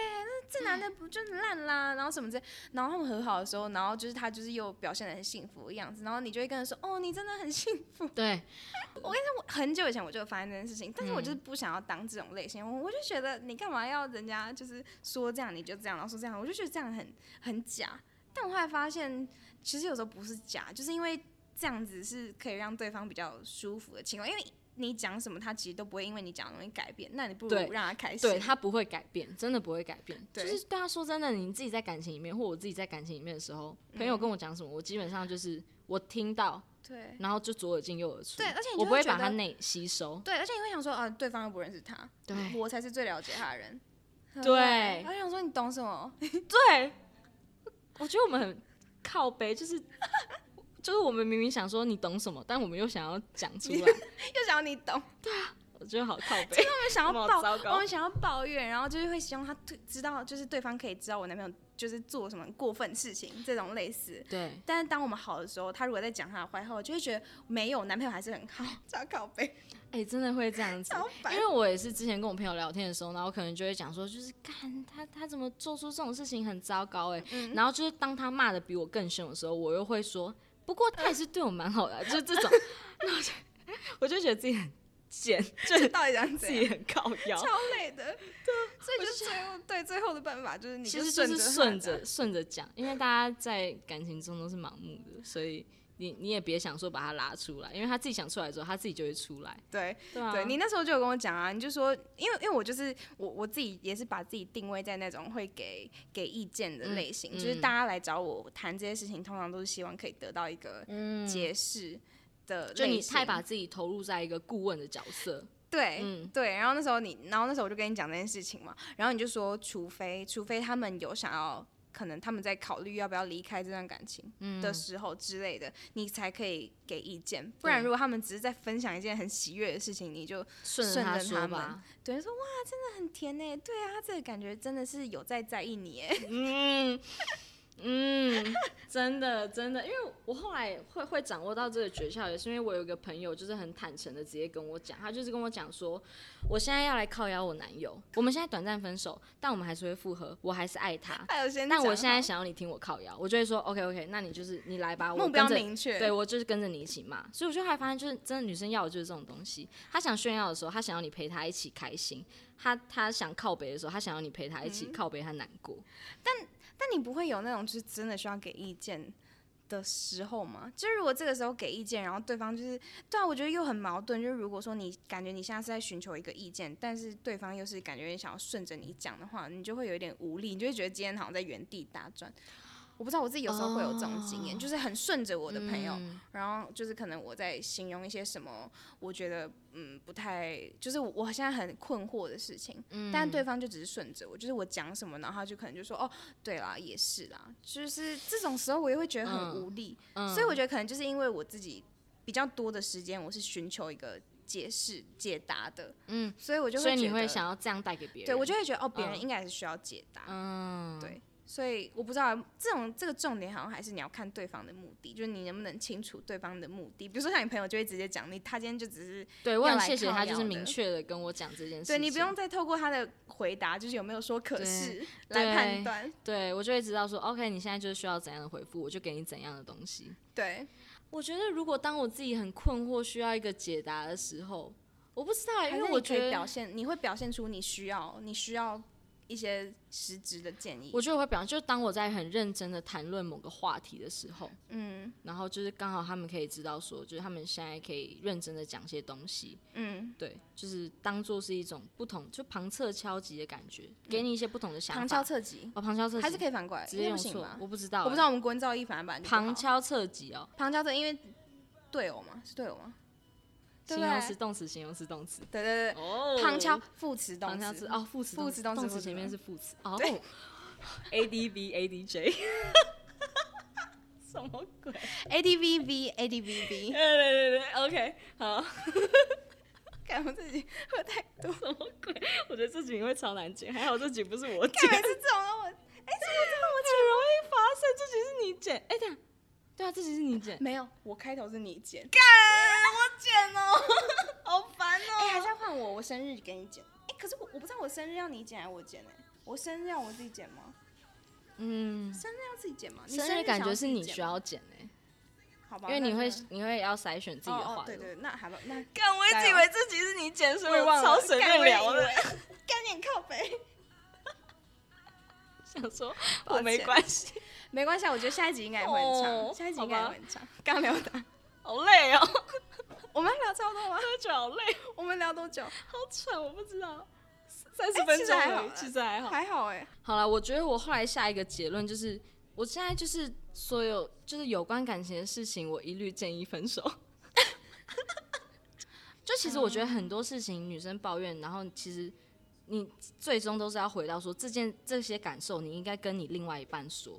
Speaker 1: 这男的不就烂啦，然后什么之类，然后他们和好的时候，然后就是他就是又表现的很幸福的样子，然后你就会跟他说哦，你真的很幸福。
Speaker 2: 对，
Speaker 1: 我很久以前我就有发生这件事情，但是我就是
Speaker 2: 嗯
Speaker 1: 不想要当这种类型，我我就觉得你干嘛要人家就是说这样你就这样，然后说这样，我就觉得这样很很假。但我后来发现，其实有时候不是假，就是因为这样子是可以让对方比较舒服的情况，因为你讲什么，他其实都不会因为你讲的东西改变，那你不
Speaker 2: 对
Speaker 1: 如让他开心。
Speaker 2: 对他不会改变，真的不会改变。就
Speaker 1: 对
Speaker 2: 是对他说真的，你自己在感情里面，或我自己在感情里面的时候，
Speaker 1: 嗯
Speaker 2: 朋友跟我讲什么，我基本上就是我听到，
Speaker 1: 对
Speaker 2: 然后就左耳进右耳出。
Speaker 1: 对而且你就
Speaker 2: 我不会
Speaker 1: 会觉
Speaker 2: 把
Speaker 1: 得
Speaker 2: 它内吸收。
Speaker 1: 对，而且你会想说啊，对方又不认识他，
Speaker 2: 对
Speaker 1: 我才是最了解他的人。
Speaker 2: 对
Speaker 1: 我想说你懂什么？
Speaker 2: 对，我觉得我们很靠背，就是。 就是我们明明想说你懂什么，但我们又想要讲出 来，
Speaker 1: 又想要你懂，
Speaker 2: 我觉得好靠背，
Speaker 1: 就想要
Speaker 2: 哇
Speaker 1: 抱
Speaker 2: 糟
Speaker 1: 我
Speaker 2: 糕
Speaker 1: 们。想要抱怨，然后就是会希望他对知道，就是对方可以知道我男朋友就是做什么过分事情这种类似。
Speaker 2: 对，
Speaker 1: 但是当我们好的时候，他如果在讲他的坏话，我就会觉得没有男朋友还是很好，超靠背，
Speaker 2: 哎、真的会这样 子，
Speaker 1: 超烦
Speaker 2: 因。为我也是之前跟我朋友聊天的时候，然后可能就会讲说，就是干他他怎么做出这种事情很糟糕哎、
Speaker 1: 嗯
Speaker 2: 然后就是当他骂的比我更凶的时候，我又会说，不过他也是对我蛮好的啊、就是这 种，那我就我就觉得自己很贱，就
Speaker 1: 这
Speaker 2: 是
Speaker 1: 到底想
Speaker 2: 自
Speaker 1: 怎
Speaker 2: 己啊
Speaker 1: 样？
Speaker 2: 很靠腰
Speaker 1: 超。累的，对，所以就最后对最后的办法就是你
Speaker 2: 其
Speaker 1: 就
Speaker 2: 实就是
Speaker 1: 他
Speaker 2: 顺
Speaker 1: 这样
Speaker 2: 着顺着讲，因为大家在感情中都是盲目的，所以你你也别想说把他拉出来，因为他自己想出来之后，他自己就会出来。
Speaker 1: 对，
Speaker 2: 对啊，
Speaker 1: 对你那时候就有跟我讲啊，你就说，因为因为我就是我我自己也是把自己定位在那种会给给意见的类型，
Speaker 2: 嗯
Speaker 1: 就是大家来找我谈这些事情，通常都是希望可以得到一个解释的类型、
Speaker 2: 嗯就你太把自己投入在一个顾问的角色。
Speaker 1: 对、
Speaker 2: 嗯
Speaker 1: 对，然后那时候你，然后那时候我就跟你讲这件事情嘛，然后你就说，除非除非他们有想要。可能他们在考虑要不要离开这段感情
Speaker 2: 嗯
Speaker 1: 的时候之类的，你才可以给意见。不然，
Speaker 2: 对
Speaker 1: 如果他们只是在分享一件很喜悦的事情，你就
Speaker 2: 顺着
Speaker 1: 顺
Speaker 2: 他
Speaker 1: 着
Speaker 2: 说
Speaker 1: 他
Speaker 2: 吧。
Speaker 1: 对，说哇，真的很甜呢。对啊，这个感觉真的是有在在意你 哎。
Speaker 2: 嗯嗯，真的真的，因为我后来会会掌握到这个诀窍，也是因为我有一个朋友，就是很坦诚的直接跟我讲，他就是跟我讲说，我现在要来靠邀我男友，我们现在短暂分手，但我们还是会复合，我还是爱他。
Speaker 1: 还有先讲
Speaker 2: 但
Speaker 1: 好，
Speaker 2: 我现在想要你听我靠邀，我就会说 OK OK，那你就是你来吧，我
Speaker 1: 目
Speaker 2: 跟
Speaker 1: 标
Speaker 2: 着
Speaker 1: 明确，
Speaker 2: 对，我就是跟着你一起骂，所以我就后来发现，就是真的女生要的就是这种东西。她想炫耀的时候，她想要你陪她一起开心；她她想靠北的时候，她想要你陪她一起靠北，她难过。
Speaker 1: 但你不会有那种就是真的需要给意见的时候吗？就是如果这个时候给意见，然后对方就是对啊，我觉得又很矛盾。就是如果说你感觉你现在是在寻求一个意见，但是对方又是感觉想要顺着你讲的话，你就会有一点无力，你就会觉得今天好像在原地打转。我不知道我自己有时候会有这种经验就是很顺着我的朋友，然后就是可能我在形容一些什么，我觉得嗯不太，就是我我现在很困惑的事情，但对方就只是顺着我，就是我讲什么，然后他就可能就说哦，对啦，也是啦，就是这种时候我也会觉得很无力，
Speaker 2: 嗯
Speaker 1: 所以我觉得可能就是因为我自己比较多的时间，我是寻求一个解释解答的，嗯，所以我就会
Speaker 2: 所以
Speaker 1: 觉
Speaker 2: 你
Speaker 1: 得
Speaker 2: 会想要这样带给别人。
Speaker 1: 对我就会觉得哦，别
Speaker 2: 嗯
Speaker 1: 人应该也是需要解答，
Speaker 2: 嗯，
Speaker 1: 对所以我不知道这种这个重点好像还是你要看对方的目的，就是你能不能清楚对方的目的。比如说像你朋友就会直接讲你，他今天就只是
Speaker 2: 对我
Speaker 1: 要
Speaker 2: 很
Speaker 1: 来
Speaker 2: 谢谢
Speaker 1: 靠
Speaker 2: 她，就是
Speaker 1: 腰
Speaker 2: 明
Speaker 1: 的
Speaker 2: 确的跟我讲这件事情。
Speaker 1: 对你不用再透过他的回答，就是有没有说可
Speaker 2: 对
Speaker 1: 是
Speaker 2: 对
Speaker 1: 来判断。
Speaker 2: 对我就会知道说，OK，你现在就是需要怎样的回复，我就给你怎样的东西。
Speaker 1: 对，
Speaker 2: 我觉得如果当我自己很困惑，需要一个解答的时候，我不知道欸，因
Speaker 1: 还是
Speaker 2: 为
Speaker 1: 你
Speaker 2: 我
Speaker 1: 可
Speaker 2: 觉
Speaker 1: 以
Speaker 2: 得
Speaker 1: 表现，你会表现出你需要，你需要一些实质的建议。
Speaker 2: 我觉得我会表现，就当我在很认真的谈论某个话题的时候，
Speaker 1: 嗯
Speaker 2: 然后就是刚好他们可以知道说，就是他们现在可以认真的讲些东西，
Speaker 1: 嗯，
Speaker 2: 对，就是当做是一种不同，就旁侧敲击的感觉，给你一些不同的想法。
Speaker 1: 旁敲侧击
Speaker 2: 哦，旁敲侧击
Speaker 1: 还是可以反过来，
Speaker 2: 直
Speaker 1: 应
Speaker 2: 接
Speaker 1: 该不
Speaker 2: 用
Speaker 1: 行
Speaker 2: 错
Speaker 1: 吧，？
Speaker 2: 我不知道欸、
Speaker 1: 我不知道我们关照一反版就不好
Speaker 2: 旁敲侧击哦，
Speaker 1: 旁敲侧，因为队友嘛，是队友吗？对
Speaker 2: 形
Speaker 1: 不
Speaker 2: 容
Speaker 1: 对
Speaker 2: 词、？动词、形容词、动词。
Speaker 1: 对对对，
Speaker 2: 哦
Speaker 1: 旁敲副词动
Speaker 2: 旁
Speaker 1: 词
Speaker 2: 敲侧 哦，副词
Speaker 1: 副词动词
Speaker 2: 动
Speaker 1: 副
Speaker 2: 词
Speaker 1: 词
Speaker 2: 前面
Speaker 1: 动
Speaker 2: 是副词哦。A D V A D J，什么鬼？
Speaker 1: A D V V A D V V，
Speaker 2: 对对对对，OK，好。
Speaker 1: 感我自己喝太多，
Speaker 2: 什么鬼？我觉得这集会超难剪，还好这集不是我
Speaker 1: 干
Speaker 2: 剪，
Speaker 1: 每次这种让我
Speaker 2: 容易发生，这集是你剪。哎、对啊，对啊，这集是你剪。
Speaker 1: 没有，我开头是你剪，干我剪哦， 好烦哦。哎、还是要换我，我生日给你剪。哎、可是我我不知道我生日要你剪还是我剪哎、我生日要我自己剪吗？
Speaker 2: 嗯，
Speaker 1: 生日要自己剪吗？你
Speaker 2: 生
Speaker 1: 日
Speaker 2: 日感
Speaker 1: 想要
Speaker 2: 觉
Speaker 1: 自
Speaker 2: 是
Speaker 1: 己
Speaker 2: 你
Speaker 1: 剪
Speaker 2: 需
Speaker 1: 吗，
Speaker 2: 要剪哎、
Speaker 1: 好吧？
Speaker 2: 因为你
Speaker 1: 那
Speaker 2: 会
Speaker 1: 就
Speaker 2: 你会要筛选自己的
Speaker 1: 哦
Speaker 2: 话
Speaker 1: 哦，对对，那还不 那
Speaker 2: 干，我
Speaker 1: 也以为
Speaker 2: 自己是你剪，所
Speaker 1: 我也忘了，干我也以为
Speaker 2: 了。
Speaker 1: 干点靠北，
Speaker 2: 想说
Speaker 1: 抱
Speaker 2: 我没
Speaker 1: 歉
Speaker 2: 关 系，
Speaker 1: 没关系啊，我觉得下一集应该也会很长，
Speaker 2: 哦
Speaker 1: 下一集应该也
Speaker 2: 好吧
Speaker 1: 会很长。刚聊 的，
Speaker 2: 好累哦，
Speaker 1: 我们还聊超多吗？
Speaker 2: 喝酒好累，
Speaker 1: 我们聊多久？
Speaker 2: 好喘，我不知道。三十
Speaker 1: 哎
Speaker 2: 分
Speaker 1: 其实
Speaker 2: 钟
Speaker 1: 还
Speaker 2: 而
Speaker 1: 好
Speaker 2: 已
Speaker 1: 啦
Speaker 2: 其实还好。
Speaker 1: 还好哎、
Speaker 2: 好了，我觉得我后来下一个结论就是，我现在就是所有就是有关感情的事情，我一律建议分手。 就其实我觉得很多事情女生抱怨，然后其实你最终都是要回到说这件这些感受，你应该跟你另外一半说，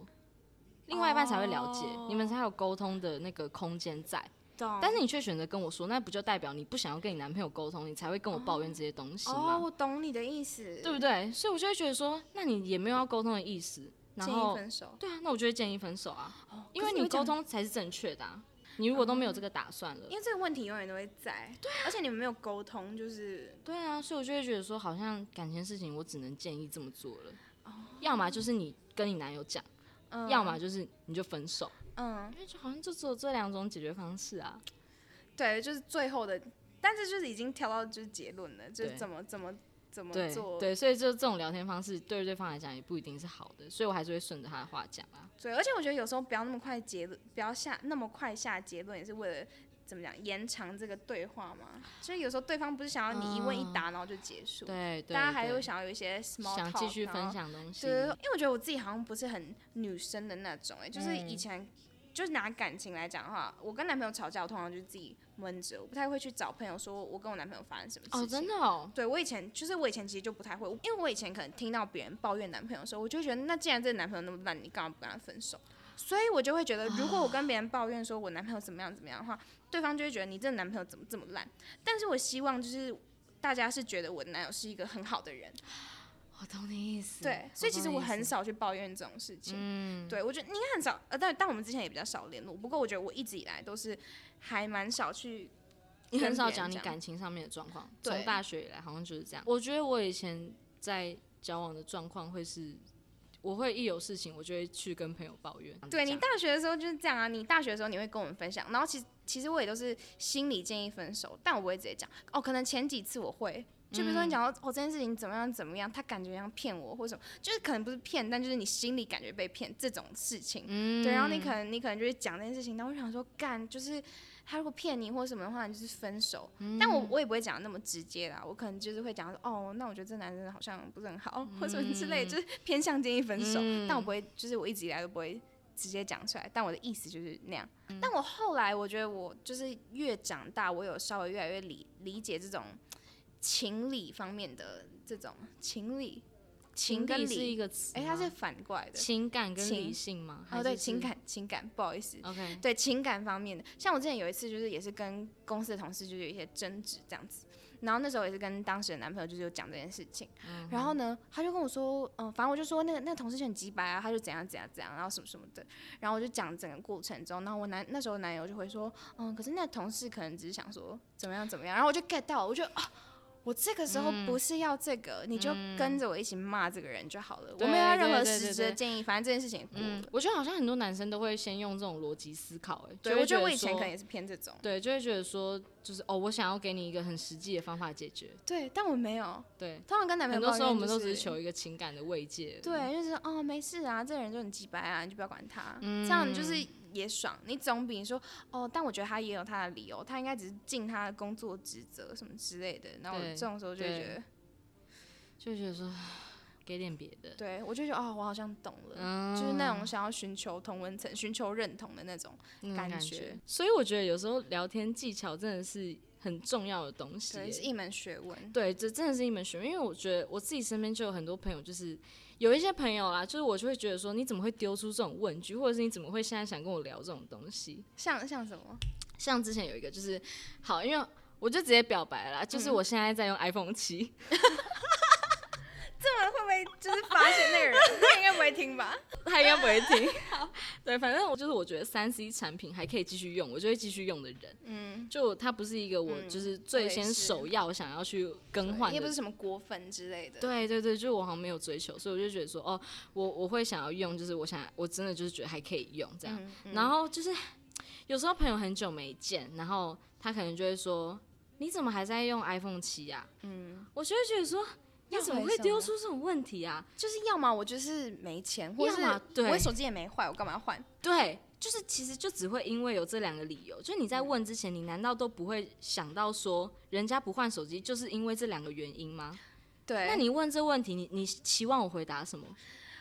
Speaker 2: 另外一半才会了解，你们才有沟通的那个空间在。
Speaker 1: 懂
Speaker 2: 但是你却选择跟我说，那不就代表你不想要跟你男朋友沟通，你才会跟我抱怨这些东西吗？
Speaker 1: 哦，我懂你的意思，
Speaker 2: 对不对？所以我就会觉得说，那你也没有要沟通的意思，然
Speaker 1: 建
Speaker 2: 后
Speaker 1: 议分手，哦
Speaker 2: 对啊，那我就会建议分手啊，因
Speaker 1: 可
Speaker 2: 为
Speaker 1: 是
Speaker 2: 你
Speaker 1: 我讲
Speaker 2: 沟通才是正确的、啊。你如果都没有这个打算了，
Speaker 1: 因为这个问题永远都会在，对、而且你们没有沟通，就是
Speaker 2: 对啊，所以我就会觉得说，好像感情事情我只能建议这么做了，要么就是你跟你男友讲，
Speaker 1: 哦嗯，
Speaker 2: 要么就是你就分手，
Speaker 1: 嗯，
Speaker 2: 因为就好像就只有这两种解决方式啊。
Speaker 1: 对，就是最后的，但是就是已经挑到就是结论了，就是
Speaker 2: 对
Speaker 1: 怎么怎么怎么
Speaker 2: 对
Speaker 1: 做，
Speaker 2: 对，所以就这种聊天方式对对方来讲也不一定是好的，所以我还是会顺着他的话讲啊。
Speaker 1: 对，而且我觉得有时候不要那么快结论，不要下那么快下结论，也是为了怎么讲延长这个对话嘛。所以有时候对方不是想要你一问一答，然后就结束，
Speaker 2: 嗯对对，
Speaker 1: 大家还
Speaker 2: 对
Speaker 1: 会想要有一些 small
Speaker 2: 想
Speaker 1: talk，
Speaker 2: 继续
Speaker 1: 然
Speaker 2: 分
Speaker 1: 后
Speaker 2: 享东西，
Speaker 1: 对，因为我觉得我自己好像不是很女生的那种、哎，就是以
Speaker 2: 嗯
Speaker 1: 前、就是拿感情来讲的话，我跟男朋友吵架，我通常就是自己闷着，我不太会去找朋友说我跟我男朋友发生什么事情。
Speaker 2: 哦，真的哦，
Speaker 1: 对我以前就是我以前其实就不太会，因为我以前可能听到别人抱怨男朋友的时候，我就觉得那既然这个男朋友那么烂，你干嘛不跟他分手？所以我就会觉得，如果我跟别人抱怨说我男朋友怎么样怎么样的话，对方就会觉得你这个男朋友怎么这么烂。但是我希望就是大家是觉得我男友是一个很好的人，
Speaker 2: 我哦懂你意思。
Speaker 1: 对，所以其实
Speaker 2: 懂你
Speaker 1: 我
Speaker 2: 意
Speaker 1: 很
Speaker 2: 思，
Speaker 1: 少去抱怨这种事情。
Speaker 2: 嗯，
Speaker 1: 对，我觉得你应该很少，呃，但但我们之前也比较少联络。不过我觉得我一直以来都是还蛮少去跟
Speaker 2: 你
Speaker 1: 别人，
Speaker 2: 很少讲你感情上面的状况，
Speaker 1: 对
Speaker 2: 从大学以来好像就是这样。我觉得我以前在交往的状况会是，我会一有事情我就会去跟朋友抱怨。
Speaker 1: 对你
Speaker 2: 讲
Speaker 1: 大学的时候就是这样啊，你大学的时候你会跟我们分享，然后其实其实我也都是心理建议分手，但我不会直接讲。哦，可能前几次我会，就比如说你讲到、哦这件事情怎么样怎么样，他感觉像骗我或什么，就是可能不是骗，但就是你心里感觉被骗这种事情。
Speaker 2: 嗯
Speaker 1: 对，然后你可能你可能就会讲这件事情，然后我想说干就是。他如果骗你或什么的话，你就是分手。但
Speaker 2: 嗯
Speaker 1: 我我也不会讲得那么直接啦，我可能就是会讲说，哦，那我觉得这男生好像不是很好，或什么之
Speaker 2: 嗯
Speaker 1: 类，就是偏向建议分手。但我不会，就是我一直以来都不会直接讲出来，但我的意思就是那样。
Speaker 2: 嗯
Speaker 1: 但我后来我觉得我就是越长大，我有稍微越来越理理解这种情理方面的这种情理，情
Speaker 2: 情
Speaker 1: 跟
Speaker 2: 理是一
Speaker 1: 理，
Speaker 2: 个词
Speaker 1: 哎、
Speaker 2: 吗，
Speaker 1: 它是反过来的。
Speaker 2: 情感跟
Speaker 1: 情
Speaker 2: 理性吗？还
Speaker 1: 哦，对，
Speaker 2: 是
Speaker 1: 情
Speaker 2: 是。
Speaker 1: 感情感，不好意思，
Speaker 2: OK，
Speaker 1: 对情感方面的，像我之前有一次就是也是跟公司的同事就是有一些争执这样子，然后那时候也是跟当时的男朋友就是有讲这件事情，
Speaker 2: 嗯
Speaker 1: 然后呢他就跟我说，嗯、反正我就说那个那个同事就很鸡掰啊，他就怎样怎样怎样，然后什么什么的，然后我就讲整个过程中，然后我男那时候男友就会说，嗯，可是那同事可能只是想说怎么样怎么样，然后我就 get 到，我就啊。我这个时候
Speaker 2: 嗯
Speaker 1: 不是要这个，你就跟着我一起骂这个人就好了。我没有要
Speaker 2: 对
Speaker 1: 任何
Speaker 2: 对对
Speaker 1: 实
Speaker 2: 对
Speaker 1: 质的
Speaker 2: 对
Speaker 1: 建议，反正这件事情也过了。
Speaker 2: 嗯我觉得好像很多男生都会先用这种逻辑思考，哎，
Speaker 1: 对，
Speaker 2: 就会
Speaker 1: 我觉得我
Speaker 2: 说
Speaker 1: 以前可能也是偏这种。
Speaker 2: 对，就会觉得说，就是哦，我想要给你一个很实际的方法解决，
Speaker 1: 对，但我没有。
Speaker 2: 对，
Speaker 1: 通常跟男朋
Speaker 2: 很
Speaker 1: 友
Speaker 2: 多
Speaker 1: 抱怨
Speaker 2: 时候我们
Speaker 1: 就
Speaker 2: 都只是求一个情感的慰藉。
Speaker 1: 对，就是哦没事啊，这个人就很鸡掰啊，你就不要管他，
Speaker 2: 嗯
Speaker 1: 这样就是也爽。你总比你说哦，但我觉得他也有他的理由，他应该只是尽他的工作职责什么之类的。然后我
Speaker 2: 对
Speaker 1: 这种时候就会觉得，
Speaker 2: 就觉得说给点别的，
Speaker 1: 对我就觉得哦，我好像懂了，
Speaker 2: 嗯
Speaker 1: 就是那种想要寻求同温层、寻求认同的那种。
Speaker 2: 那种
Speaker 1: 感
Speaker 2: 感
Speaker 1: 觉
Speaker 2: 觉。所以我觉得有时候聊天技巧真的是很重要的东西
Speaker 1: 对，是
Speaker 2: 耶。
Speaker 1: 一门学问。
Speaker 2: 对，这真的是一门学问，因为我觉得我自己身边就有很多朋友，就是有一些朋友啦，就是我就会觉得说，你怎么会丢出这种问句，或者是你怎么会现在想跟我聊这种东西？
Speaker 1: 像像什么？
Speaker 2: 像之前有一个就是好，因为我就直接表白了啦，
Speaker 1: 嗯
Speaker 2: 就是我现在在用 iPhone 七、
Speaker 1: 这么会不会就是发现那个人？ 他应该不会听吧？
Speaker 2: 他应该不会 听。对，反正我就是我觉得三 C 产品还可以继续用，我就会继续用的人。
Speaker 1: 嗯，
Speaker 2: 就它不是一个我
Speaker 1: 嗯
Speaker 2: 就是
Speaker 1: 我
Speaker 2: 最
Speaker 1: 也
Speaker 2: 先
Speaker 1: 是
Speaker 2: 首要想要去更 换
Speaker 1: 也不
Speaker 2: 的
Speaker 1: 是什么果粉之类的。，
Speaker 2: 对啊对对，就是我好像没有追求，所以我就觉得说，哦，我我会想要用，就是我想我真的就是觉得还可以用这
Speaker 1: 嗯
Speaker 2: 样。然后就是有时候朋友很久没见，然后他可能就会说，你怎么还在用 iPhone 七啊？嗯，我就会觉得说，你
Speaker 1: 要
Speaker 2: 怎么
Speaker 1: 回
Speaker 2: 会
Speaker 1: 什
Speaker 2: 丢
Speaker 1: 么
Speaker 2: 出这种问题啊？
Speaker 1: 就是要么我就是没钱，或
Speaker 2: 要
Speaker 1: 是
Speaker 2: 么对
Speaker 1: 我手机也没坏，我干嘛要换？
Speaker 2: 对，就是其实就只会因为有这两个理由，就你在
Speaker 1: 嗯
Speaker 2: 问之前，你难道都不会想到说，人家不换手机就是因为这两个原因吗？
Speaker 1: 对，
Speaker 2: 那你问这问题，你你期望我回答什么？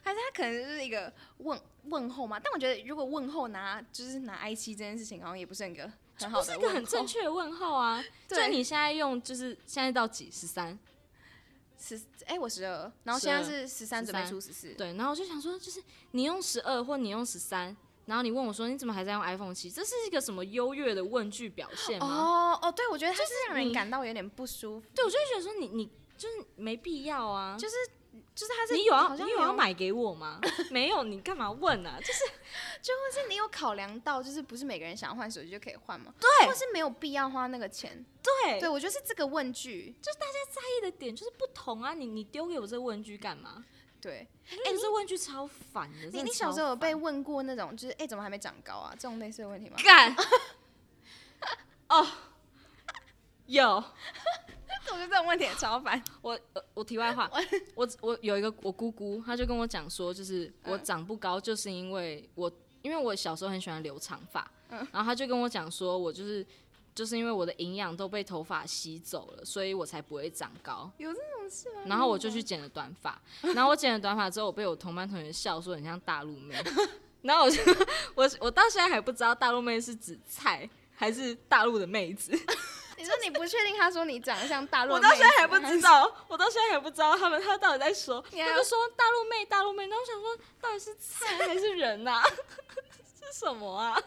Speaker 1: 还是他可能就是一个问问候嘛？但我觉得如果问候拿就是拿 i 七这件事情，好像也不是很个很好
Speaker 2: 不
Speaker 1: 的
Speaker 2: 是一
Speaker 1: 问
Speaker 2: 个
Speaker 1: 候
Speaker 2: 很正确的问 号啊！就
Speaker 1: 对
Speaker 2: 你现在用，就是现在到几十三
Speaker 1: 十哎、我十二，然后现在
Speaker 2: 12
Speaker 1: 是十三，准备
Speaker 2: 13
Speaker 1: 出十四。
Speaker 2: 对，然后我就想说，就是你用十二或你用十三，然后你问我说你怎么还在用 iPhone 七？这是一个什么优越的问句表现吗？
Speaker 1: 哦哦，对，我觉得他是让人
Speaker 2: 你
Speaker 1: 感到有点不舒服，
Speaker 2: 对，我就会觉得说你你就是没必要啊，
Speaker 1: 就是就是他是
Speaker 2: 你有要
Speaker 1: 好像
Speaker 2: 你有要
Speaker 1: 买，
Speaker 2: 买给我吗？ 没有，你干嘛问啊？就是
Speaker 1: 或是你有考量到，就是不是每个人想要换手机就可以换吗？
Speaker 2: 对
Speaker 1: 或是没有必要花那个钱。
Speaker 2: 对
Speaker 1: 对，我觉得是这个问句，就
Speaker 2: 意的点就是不同啊！你你丢给我这问句干嘛？
Speaker 1: 对
Speaker 2: 哎、这问句超烦的。
Speaker 1: 你
Speaker 2: 真的
Speaker 1: 你小
Speaker 2: 超
Speaker 1: 时候有
Speaker 2: 烦
Speaker 1: 被问过那种就是哎、怎么还没长高啊这种类似的问 题吗？
Speaker 2: 干 哦有。
Speaker 1: 我觉得这种问题也超烦。
Speaker 2: 我呃我题外话，我我有一个我姑姑，她就跟我讲说，就是
Speaker 1: 嗯
Speaker 2: 我长不高，就是因为我因为我小时候很喜欢留长发，
Speaker 1: 嗯
Speaker 2: 然后她就跟我讲说，我就是就是因为我的营养都被头发吸走了，所以我才不会长高。
Speaker 1: 有这种事吗？
Speaker 2: 然后我就去剪了短发，然后我剪了短发之后，我被我同班同学笑说很像大陆妹，然后我就我我到现在还不知道大陆妹是指菜还是大陆的妹子。
Speaker 1: 你说你不确定，他说你长得像大陆，
Speaker 2: 我到现在还不知，道，我到现在还不知道他们他到底在说，
Speaker 1: 你还
Speaker 2: 他就说大陆妹大陆妹，那我想说到底是菜还是人呐、 是什么啊？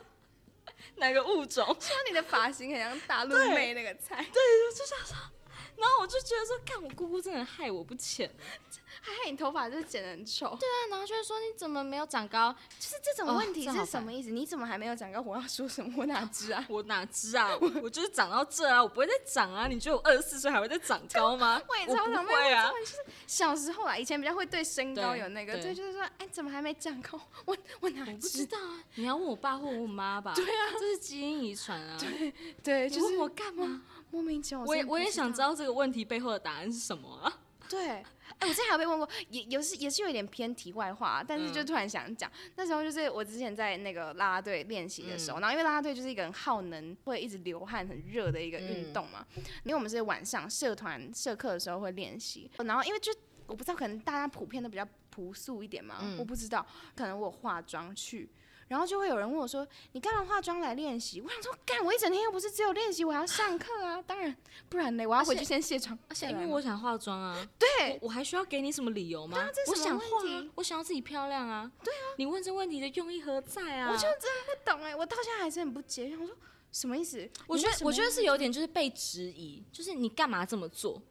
Speaker 2: 哪个物种？
Speaker 1: 说你的发型很像大陆妹那个菜，
Speaker 2: 然后我就觉得说，看我姑姑真的害我不浅。
Speaker 1: 还害你头发就是剪得很丑。对，啊
Speaker 2: 对，啊然后就会说你怎么没有长高？
Speaker 1: 就是这种问题
Speaker 2: 哦这
Speaker 1: 是
Speaker 2: 好
Speaker 1: 什么意思？你怎么还没有长高？我要说什么？我哪知啊？
Speaker 2: 我哪知啊？我我就是长到这啊，我不会再长啊！你觉得我二十四岁还会再长高吗？
Speaker 1: 我也
Speaker 2: 我
Speaker 1: 超常
Speaker 2: 不
Speaker 1: 被问
Speaker 2: 会
Speaker 1: 这
Speaker 2: 啊
Speaker 1: 种，！就是小时候啊，以前比较会对身高
Speaker 2: 对
Speaker 1: 有那个，
Speaker 2: 对
Speaker 1: 对，就是说，哎，怎么还没长高？我我哪
Speaker 2: 我不知
Speaker 1: 知？
Speaker 2: 道啊，你要问我爸或我妈吧？对啊，这是基因遗传啊。对，
Speaker 1: 对，
Speaker 2: 你
Speaker 1: 就是
Speaker 2: 问我干嘛？
Speaker 1: 莫名其妙。
Speaker 2: 我也
Speaker 1: 真的
Speaker 2: 我
Speaker 1: 不
Speaker 2: 也
Speaker 1: 知
Speaker 2: 想
Speaker 1: 道
Speaker 2: 知道这个问题背后的答案是什么啊？
Speaker 1: 对，哎、我之前还被问过，也也是也是有点偏题外话，但
Speaker 2: 嗯
Speaker 1: 是就突然想讲，那时候就是我之前在那个啦啦队练习的时
Speaker 2: 嗯
Speaker 1: 候，然后因为啦啦队就是一个很耗能、会一直流汗、很热的一个
Speaker 2: 嗯
Speaker 1: 运动嘛，因为我们是晚上社团社课的时候会练习，然后因为就我不知道，可能大家普遍都比较朴素一点嘛，
Speaker 2: 嗯
Speaker 1: 我不知道，可能我有化妆去。然后就会有人问我说：“你干嘛化妆来练习？”我想说，干我一整天又不是只有练习，我还要上课啊！当然，不然呢，我要回去先卸妆。
Speaker 2: 而且
Speaker 1: 再
Speaker 2: 因
Speaker 1: 来
Speaker 2: 为
Speaker 1: 嘛
Speaker 2: 我想化妆啊，
Speaker 1: 对
Speaker 2: 我，我还需要给你什么理由吗？
Speaker 1: 这是
Speaker 2: 我
Speaker 1: 什么
Speaker 2: 想化
Speaker 1: 问
Speaker 2: 啊
Speaker 1: 题，
Speaker 2: 我想要自己漂亮啊。对啊，你问这问题的用意何在啊？
Speaker 1: 我就真的不懂哎、我到现在还是很不解，我想说什么意思？
Speaker 2: 我觉
Speaker 1: 你为什
Speaker 2: 得
Speaker 1: 么
Speaker 2: 我觉得是有点就是被质疑，就是你干嘛这么做？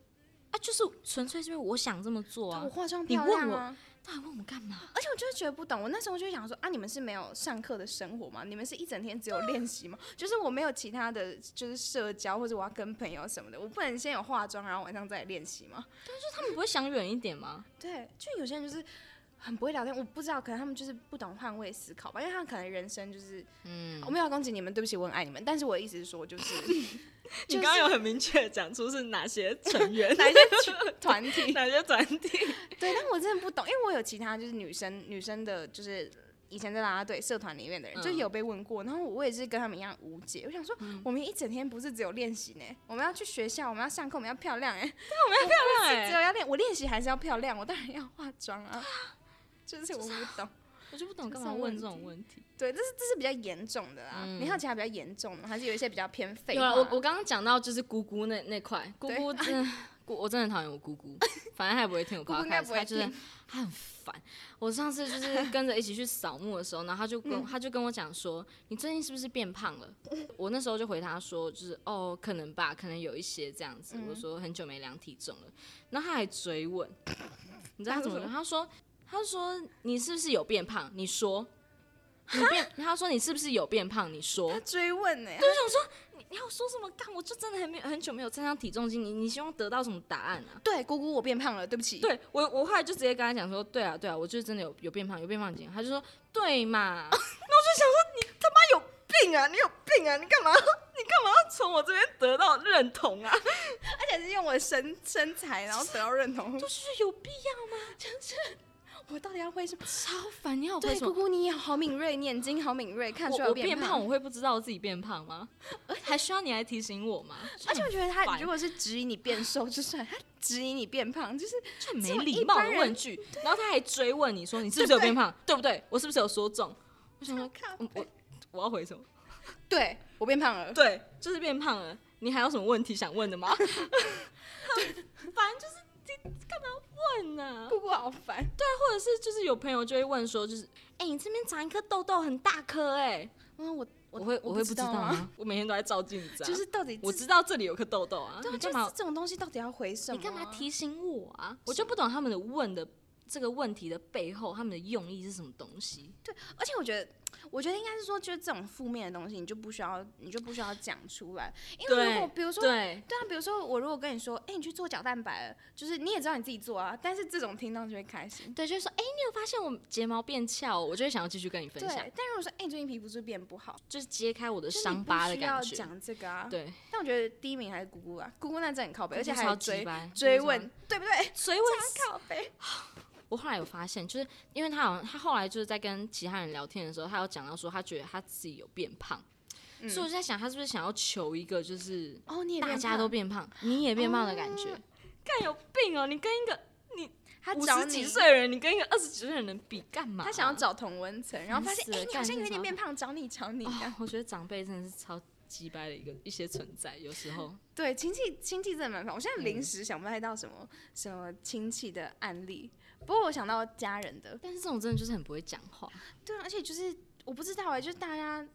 Speaker 2: 啊，就是纯粹是因为我想这么做
Speaker 1: 要
Speaker 2: 啊
Speaker 1: 我。化妆
Speaker 2: 你
Speaker 1: 漂
Speaker 2: 问
Speaker 1: 亮
Speaker 2: 我
Speaker 1: 啊！
Speaker 2: 到底问我干嘛？
Speaker 1: 而且我就是觉得不懂，我那时候就想说啊，你们是没有上课的生活吗？你们是一整天只有练 习吗？就是我没有其他的就是社交或者我要跟朋友什么的，我不能先有化妆，然后晚上再来练习吗？
Speaker 2: 就是他们不会想远一点吗？
Speaker 1: 对，就有些人就是很不会聊天，我不知道，可能他们就是不懂换位思考吧，因为他们可能人生就是，嗯，我没有要攻击你们，对不起，我很爱你们，但是我的意思是说，就是
Speaker 2: 你
Speaker 1: 就是
Speaker 2: 刚刚有很明确的讲出是哪些成员、
Speaker 1: 哪一些团体
Speaker 2: 哪些团 体？
Speaker 1: 对，但我真的不懂，因为我有其他就是女生女生的，就是以前在啦啦队社团里面的人，就
Speaker 2: 嗯
Speaker 1: 有被问过，然后我也是跟他们一样无解。我想说，我们一整天不是只有练习呢，我们要去学校，我们要上课，我们要漂亮哎，只有要练，我练习还是要漂亮，我当然要化妆啊。就是我不懂，
Speaker 2: 我就不懂干
Speaker 1: 干
Speaker 2: 嘛
Speaker 1: 嘛
Speaker 2: 问
Speaker 1: 问
Speaker 2: 这
Speaker 1: 这
Speaker 2: 种问题。
Speaker 1: 对，这是这是比较严重的啦。你还有其他比较嗯严重的吗？还是有一些比较偏废啊
Speaker 2: 有
Speaker 1: 话？
Speaker 2: 了，我我刚刚讲到就是姑姑那那块，姑
Speaker 1: 对
Speaker 2: 姑真的我我真的很讨厌我姑姑，反正她也不会听我
Speaker 1: 姑姑应该
Speaker 2: podcast，
Speaker 1: 不会
Speaker 2: 她就是
Speaker 1: 听
Speaker 2: 她很烦。我上次就是跟着一起去扫墓的时候，然后她就
Speaker 1: 嗯
Speaker 2: 跟、她就跟我讲说，你最近是不是变胖了？ 我那时候就回她说，就是哦，可能吧，可能有一些这样子。
Speaker 1: 嗯
Speaker 2: 我说很久没量体重了，然后她还追问，你知道她怎么说？她说她说你是不是有变胖？你说。 你变，她说你是不是有变胖？你说，
Speaker 1: 追问呢、
Speaker 2: 你要说什么干？我就真的很没有很久没有参加体重机，你你希望得到什么答案啊？
Speaker 1: 对，姑姑我变胖了，对不起。
Speaker 2: 对我，我后来就直接跟他讲说，对啊，对啊，我就是真的有有变胖，有变胖几斤，他就说对嘛，
Speaker 1: 病啊，你有病啊，你干嘛？
Speaker 2: 从 我这边得到认同啊，
Speaker 1: 而且是用我的身身材，然后得到认同。
Speaker 2: 就是有必要吗？
Speaker 1: 我到底要会什么？
Speaker 2: 超烦，你好会
Speaker 1: 对，
Speaker 2: 什
Speaker 1: 姑
Speaker 2: 么？
Speaker 1: 姑你也好敏锐，你眼睛好敏锐，看出来
Speaker 2: 哦我我
Speaker 1: 变
Speaker 2: 变胖，。我会不知道自己变胖吗？还需要你来提醒 我吗？
Speaker 1: 而且我觉得
Speaker 2: 很
Speaker 1: 他
Speaker 2: 烦
Speaker 1: 如果是质疑你变瘦就算，他 质疑你变胖就是
Speaker 2: 就很没礼貌的问句，然后他还追问你说你是不是有变胖，对不对？我是不是有说中？我想说，
Speaker 1: 看
Speaker 2: 我我我要回什么？
Speaker 1: 对我变胖了，
Speaker 2: 对，就是变胖了。你还有什么问题想问的吗？ 反正就是你干嘛要问呢、
Speaker 1: 姑姑好烦。
Speaker 2: 或者是就是有朋友就会问说，就是哎、你这边长一颗痘痘很大颗哎、
Speaker 1: 嗯，我
Speaker 2: 我会我会不知道
Speaker 1: 啊，
Speaker 2: 吗？我每天都在照镜子、啊，
Speaker 1: 就是到底
Speaker 2: 我
Speaker 1: 这
Speaker 2: 知道这里有颗痘痘啊，
Speaker 1: 对啊，
Speaker 2: 你
Speaker 1: 就
Speaker 2: 干
Speaker 1: 是
Speaker 2: 嘛
Speaker 1: 这种东西到底要回什么？啊
Speaker 2: 你干嘛？提醒我啊？我就不懂他们的问的这个问题的背后，他们的用意是什么东西？
Speaker 1: 而且我觉得，我觉得应该是说，就是这种负面的东西，你就不需要，你就不需要讲出来。因为如果
Speaker 2: 对
Speaker 1: 比如说，
Speaker 2: 对，
Speaker 1: 对啊，比如说我如果跟你说，哎、你去做角蛋白了，就是你也知道你自己做啊，但是这种听到就会开心。
Speaker 2: 对，就是说，哎、你有发现我睫毛变翘哦，我就会想要继续跟你
Speaker 1: 对，
Speaker 2: 分享，
Speaker 1: 但如果说，哎、你最近皮肤是不是变不好，
Speaker 2: 就是揭开我的
Speaker 1: 就是
Speaker 2: 伤疤的感
Speaker 1: 你不需
Speaker 2: 觉
Speaker 1: 要。讲这个啊。
Speaker 2: 对，
Speaker 1: 但我觉得第一名还是姑姑啊，姑姑那真的很靠背，而且还
Speaker 2: 超
Speaker 1: 有
Speaker 2: 级
Speaker 1: 追
Speaker 2: 白
Speaker 1: 追问，，对不对？
Speaker 2: 追问。
Speaker 1: 靠背，
Speaker 2: 我后来有发现，就是因为他好像他后来就是在跟其他人聊天的时候，他有讲到说他觉得他自己有变胖，
Speaker 1: 嗯
Speaker 2: 所以我就在想，他是不是想要求一个就是
Speaker 1: 哦，你也
Speaker 2: 大
Speaker 1: 变
Speaker 2: 家
Speaker 1: 胖
Speaker 2: 都变胖，你也变胖的感觉？干、有病哦！你跟一个
Speaker 1: 他
Speaker 2: 五
Speaker 1: 找
Speaker 2: 十
Speaker 1: 你
Speaker 2: 几岁的人，你跟一个二十几岁的人比干嘛啊、
Speaker 1: 他想要找同温层，然后发现
Speaker 2: 烦死
Speaker 1: 哎、
Speaker 2: 了
Speaker 1: 你好像
Speaker 2: 干
Speaker 1: 有
Speaker 2: 这
Speaker 1: 点
Speaker 2: 种
Speaker 1: 变胖，找你找你这样。
Speaker 2: 哦，我觉得长辈真的是超鸡掰的一个一些存在，有时候
Speaker 1: 对，亲戚亲戚真的蛮烦。我现在临
Speaker 2: 嗯
Speaker 1: 时想不太到什么、什么亲戚的案例，不过我想到家人的。
Speaker 2: 但是这种真的就是很不会讲话。
Speaker 1: 对啊，而且就是我不知道哎、就是大家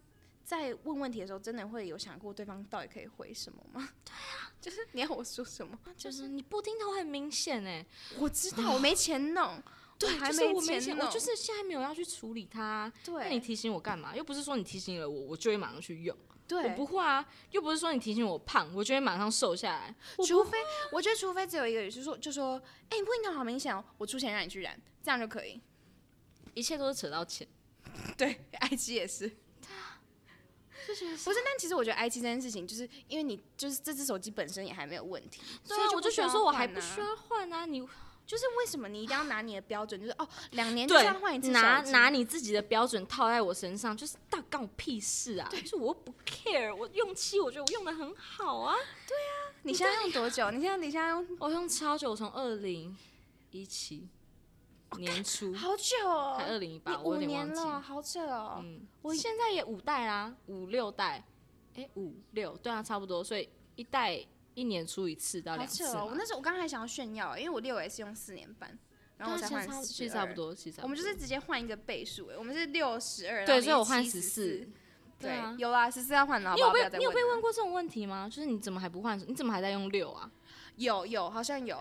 Speaker 1: 在问问题的时候，真的会有想过对方到底可以回什么吗？对啊， 就是你要我说什么？
Speaker 2: 就是你布丁头很明显哎，
Speaker 1: 我知道我没钱弄，
Speaker 2: 对，
Speaker 1: 还
Speaker 2: 就是我没
Speaker 1: 钱
Speaker 2: 钱，
Speaker 1: 弄，
Speaker 2: 我就是现在没有要去处理它啊。那
Speaker 1: 对
Speaker 2: 你提醒我干嘛？又不是说你提醒了我，我就会马上去用。我
Speaker 1: 对，
Speaker 2: 不会啊，又不是说你提醒我胖，我就会马上瘦下来。我
Speaker 1: 除非我觉得除非只有一个人，就是说就说哎、你不应该好明显哦，我出钱让你去染，这样就可以。
Speaker 2: 一切都是扯到钱。
Speaker 1: 对，IG 也是。
Speaker 2: 啊
Speaker 1: 不是，但其实我觉得 IG 这件事情，就是因为你就是这只手机本身也还没有问题，
Speaker 2: 对
Speaker 1: 所以
Speaker 2: 啊，
Speaker 1: 就
Speaker 2: 我就
Speaker 1: 不需
Speaker 2: 觉
Speaker 1: 要
Speaker 2: 得说我
Speaker 1: 换
Speaker 2: 还不
Speaker 1: 啊
Speaker 2: 需，要换啊，你
Speaker 1: 就是为什么你一定要拿你的标准，就是哦，两年就
Speaker 2: 对
Speaker 1: 要换一次手
Speaker 2: 拿
Speaker 1: 机
Speaker 2: 拿你自己的标准套在我身上，就是到底干我屁事啊？就是我又不 care，我用漆我觉得我用的很好啊，
Speaker 1: 你现在用多久？你现在你现在用
Speaker 2: 我用超久，我从二零一七年初
Speaker 1: 好久
Speaker 2: 还
Speaker 1: 哦，
Speaker 2: 二零一
Speaker 1: 你
Speaker 2: 八，我
Speaker 1: 五
Speaker 2: 有点
Speaker 1: 年
Speaker 2: 忘记。
Speaker 1: 了，好扯哦。
Speaker 2: 嗯，
Speaker 1: 我
Speaker 2: 我现在也五代啦，五六代，哎、五六对啊，差不多，所以一代一年出一次到
Speaker 1: 好
Speaker 2: 两
Speaker 1: 扯
Speaker 2: 次啊
Speaker 1: 哦！我
Speaker 2: 嘛，
Speaker 1: 那时候我刚刚还想要炫耀，欸因为我六 S 用四年半，然后我
Speaker 2: 对
Speaker 1: 才
Speaker 2: 啊其实
Speaker 1: 换
Speaker 2: 差
Speaker 1: 四
Speaker 2: 其实
Speaker 1: 十
Speaker 2: 差不。多，其实差
Speaker 1: 我们
Speaker 2: 不
Speaker 1: 就
Speaker 2: 多
Speaker 1: 是直接换一个倍数，哎，我们是六十二，
Speaker 2: 对，所以我换
Speaker 1: 十
Speaker 2: 十四。。对
Speaker 1: 对
Speaker 2: 啊，
Speaker 1: 有啦，十四要换了，好
Speaker 2: 你
Speaker 1: 不好
Speaker 2: 有
Speaker 1: 不要
Speaker 2: 被
Speaker 1: 再
Speaker 2: 你有被
Speaker 1: 了
Speaker 2: 问过这种问题吗？就是你怎么还不换？你怎么还在用六啊？
Speaker 1: 有有，好像有。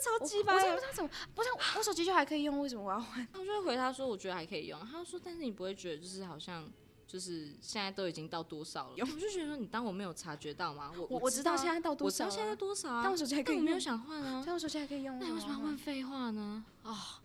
Speaker 2: 超鸡
Speaker 1: 我
Speaker 2: 巴！
Speaker 1: 真不知道怎么，不是我手机就还可以用，为什么我要换？
Speaker 2: 他就会回他说，我觉得还可以用。他说，但是你不会觉得就是好像就是现在都已经到多少了？我就觉得说，你当我没有察觉到吗？我
Speaker 1: 我
Speaker 2: 我
Speaker 1: 知
Speaker 2: 道
Speaker 1: 道
Speaker 2: 啊
Speaker 1: 现在到多
Speaker 2: 我知
Speaker 1: 少
Speaker 2: 道
Speaker 1: 了，
Speaker 2: 现在多少啊
Speaker 1: 但我，手机还可以
Speaker 2: 但
Speaker 1: 用，
Speaker 2: 我没有想换啊。
Speaker 1: 但我手机还可以用。
Speaker 2: 那你为什么要问？废话呢？啊，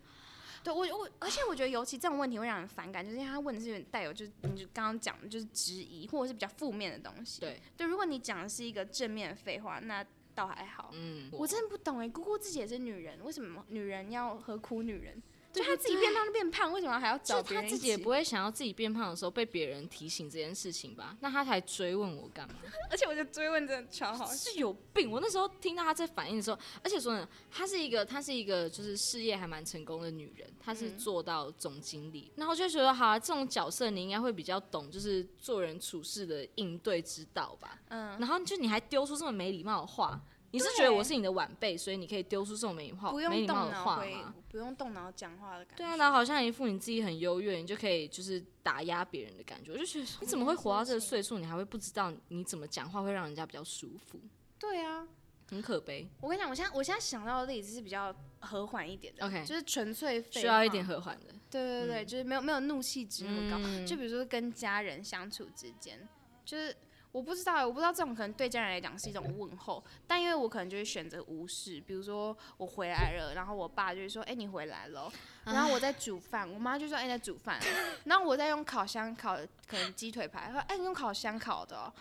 Speaker 1: 对我我，而且我觉得尤其这种问题会让人反感，就是因为他问的是有点带有就是你就刚刚讲的就是质疑或者是比较负面的东西。
Speaker 2: 对，
Speaker 1: 对，如果你讲的是一个正面的废话，那倒还好。
Speaker 2: 嗯，
Speaker 1: 我真的不懂哎，姑姑自己也是女人，为什么女人要何苦女人？就
Speaker 2: 对
Speaker 1: 她
Speaker 2: 不
Speaker 1: 自己
Speaker 2: 对
Speaker 1: 变胖就变胖，为什么还要
Speaker 2: 就
Speaker 1: 找
Speaker 2: 是
Speaker 1: 别
Speaker 2: 他
Speaker 1: 人一
Speaker 2: 自己也
Speaker 1: 起
Speaker 2: 不会想要自己变胖的时候被别人提醒这件事情吧？那他才追问我干嘛？
Speaker 1: 而且我觉得追问真的超好笑，
Speaker 2: 是有病！我那时候听到她在反应的时候，而且说呢，她是一个，她是一个就是事业还蛮成功的女人，她
Speaker 1: 嗯
Speaker 2: 是做到总经理，然后就觉得好、啊，这种角色你应该会比较懂，就是做人处事的应对之道吧。
Speaker 1: 嗯，
Speaker 2: 然后就你还丢出这么没礼貌的话，你是觉得我是你的晚辈，所以你可以丢出这种没礼貌、
Speaker 1: 不
Speaker 2: 没
Speaker 1: 用
Speaker 2: 礼貌
Speaker 1: 动
Speaker 2: 的
Speaker 1: 脑
Speaker 2: 话
Speaker 1: 回
Speaker 2: 吗？，
Speaker 1: 不用动脑讲话的感觉。
Speaker 2: 对啊，然后好像一副你自己很优越，你就可以就是打压别人的感觉。我就觉得你怎么会活到这个岁数，你还会不知道你怎么讲话会让人家比较舒服，
Speaker 1: 对啊，
Speaker 2: 很可悲。
Speaker 1: 我跟你讲，我现在我现在想到的例子是比较和缓一点的
Speaker 2: OK
Speaker 1: 就是纯粹废话
Speaker 2: 需要一点。和缓的。
Speaker 1: 对对对，就是没有没有怒气值很高。就比如说跟家人相处之间，就是我不知道欸，我不知道这种可能对家人来讲是一种问候，但因为我可能就会选择无视。比如说我回来了，然后我爸就会说：“哎、你回来了。”然后我在煮饭，我妈就说：“哎、你在煮饭啊。”然后我在用烤箱烤可能鸡腿排，她说：“哎、你用烤箱烤的、哦。”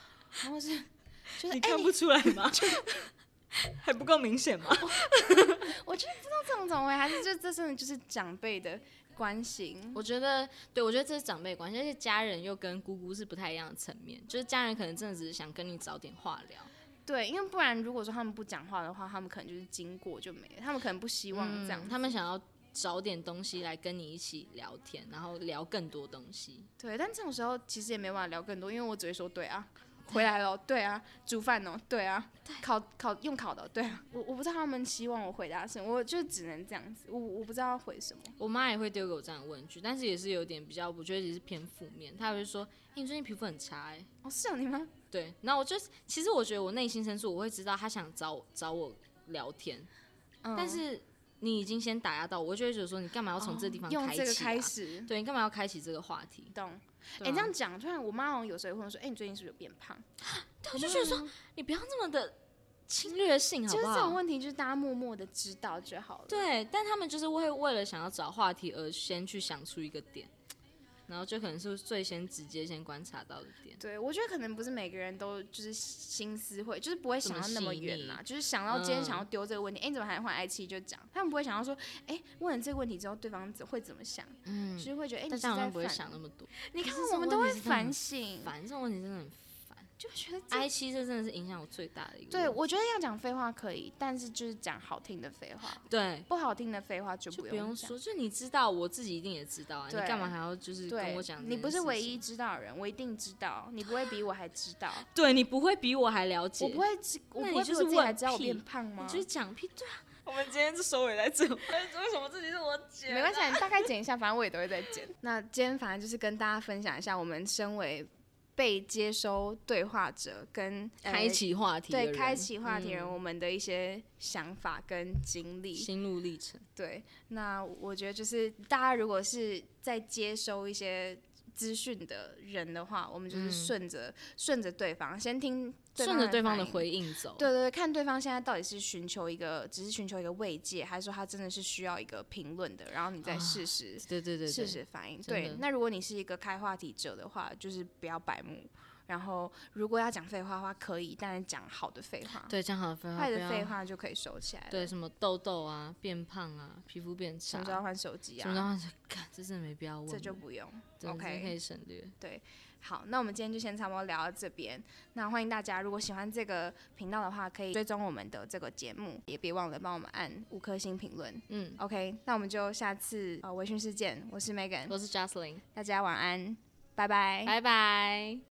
Speaker 1: 然后是就是哎、你
Speaker 2: 出来吗？ 还不够明显吗？
Speaker 1: 我就不知道这种怎么回，还是这这真的就是长辈的关心。
Speaker 2: 我觉得，对我觉得这是长辈关系，而且家人又跟姑姑是不太一样的层面，就是家人可能真的只是想跟你找点话聊。
Speaker 1: 对，因为不然如果说他们不讲话的话，他们可能就是经过就没了，他们可能不希望这样。
Speaker 2: 他们想要找点东西来跟你一起聊天，然后聊更多东西。
Speaker 1: 对，但这种时候其实也没办法聊更多，因为我只会说对啊，回来了，对啊，煮饭哦，对啊，烤烤用烤的，对啊，我我不知道他们希望我回答什么，我就只能这样子，我我不知道要回什么。
Speaker 2: 我妈也会丢给我这样的问句，但是也是有点比较，我觉得也是偏负面。她会说：“哎、你最近皮肤很差、欸，哎。
Speaker 1: 哦，是哦，你吗？”
Speaker 2: 对，那我就其实我觉得我内心深处我会知道她想找我找我聊天，
Speaker 1: 嗯
Speaker 2: 但是你已经先打压到我，我就会觉得说你干嘛要从这个地方
Speaker 1: 哦用
Speaker 2: 开启、啊
Speaker 1: 这个开始，
Speaker 2: 对你干嘛要开启这个话题？
Speaker 1: 懂？哎、
Speaker 2: 对啊
Speaker 1: 这样讲，突然我妈好像有时候也会说，哎、你最近是不是有变胖？啊
Speaker 2: 对，我就觉得说你不要这么的侵略性，好
Speaker 1: 就是
Speaker 2: 不
Speaker 1: 这种
Speaker 2: 好？
Speaker 1: 问题，就是大家默默的知道就好了。
Speaker 2: 对，但他们就是会为了想要找话题而先去想出一个点，然后就可能是最先直接先观察到的点。
Speaker 1: 对，我觉得可能不是每个人都就是心思会，就是不会想到那么远啦、
Speaker 2: 这么细
Speaker 1: 就是想到今天
Speaker 2: 嗯
Speaker 1: 想要丢这个问题，哎、你怎么还换 I 七就讲？他们不会想到说，哎、问了这个问题之后，对方怎会怎么想？
Speaker 2: 嗯
Speaker 1: 就是会觉得，哎、你
Speaker 2: 大
Speaker 1: 是
Speaker 2: 家好
Speaker 1: 在
Speaker 2: 像不会
Speaker 1: 反。
Speaker 2: 想那么多，
Speaker 1: 你
Speaker 2: 可
Speaker 1: 看
Speaker 2: 是这
Speaker 1: 我们都
Speaker 2: 问
Speaker 1: 会
Speaker 2: 题是真的
Speaker 1: 反
Speaker 2: 很
Speaker 1: 省，
Speaker 2: 烦这种问题真的很烦。
Speaker 1: 就觉得这。
Speaker 2: I 七这真的是影响我最大的一个
Speaker 1: 对，
Speaker 2: 问题。
Speaker 1: 我觉得要讲废话可以，但是就是讲好听的废话，
Speaker 2: 对，
Speaker 1: 不好听的废话就
Speaker 2: 就
Speaker 1: 不
Speaker 2: 不用
Speaker 1: 讲。
Speaker 2: 说，就你知道，我自己一定也知道啊，你
Speaker 1: 对
Speaker 2: 干嘛还要就是跟
Speaker 1: 对
Speaker 2: 我讲？
Speaker 1: 你不是唯一，知道的人，我一定知道，你不会比我还知道，
Speaker 2: 对你不会比我还了解，
Speaker 1: 我不会知，我
Speaker 2: 那
Speaker 1: 不
Speaker 2: 你
Speaker 1: 会
Speaker 2: 就
Speaker 1: 比我
Speaker 2: 是
Speaker 1: 自己
Speaker 2: 问
Speaker 1: 还知道我
Speaker 2: 屁
Speaker 1: 变胖吗？
Speaker 2: 你就是讲屁。对啊，我们今天就收尾在这， 为什么这里是我姐
Speaker 1: 没关系啊，你大概剪一下，反正我也都会再剪。 那今天反正就是跟大家分享一下，我们身为被接收对话者跟、嗯呃
Speaker 2: 开启话题的人，嗯
Speaker 1: 对开启话题人，我们的一些想法跟经历。
Speaker 2: 心路历程。
Speaker 1: 对，那我觉得就是大家如果是在接收一些。资讯的人的话，我们就是顺着顺着对方，先听
Speaker 2: 顺着对方的
Speaker 1: 的
Speaker 2: 回应走，
Speaker 1: 对对对，看对方现在到底是寻求一个，只是寻求一个慰藉，还是说他真的是需要一个评论的，然后你再试试、
Speaker 2: 对对对
Speaker 1: 试
Speaker 2: 对，
Speaker 1: 试反应。
Speaker 2: 真
Speaker 1: 对
Speaker 2: 的，
Speaker 1: 那如果你是一个开话题者的话，就是不要白目。然后如果要讲废话的话，可以，但是讲好的废话，
Speaker 2: 对讲好的废话，
Speaker 1: 坏
Speaker 2: 不
Speaker 1: 的废
Speaker 2: 要
Speaker 1: 话就可以收起来了。
Speaker 2: 对，什么痘痘啊、变胖啊、皮肤变
Speaker 1: 什
Speaker 2: 差
Speaker 1: 么时，候要换手机
Speaker 2: 什么
Speaker 1: 啊？
Speaker 2: 东西，看这真的没必要问了，
Speaker 1: 这就不用。
Speaker 2: 真的
Speaker 1: OK
Speaker 2: 可以省略。
Speaker 1: 好，那我们今天就先差不多聊到这边。那欢迎大家，如果喜欢这个频道的话，可以追踪我们的这个节目，也别忘了帮我们按五颗星评论。
Speaker 2: 嗯，
Speaker 1: OK，那我们就下次呃微醺事件，我是 Megan，
Speaker 2: 我是 Jocelyn，
Speaker 1: 大家晚安，拜拜。
Speaker 2: 拜拜。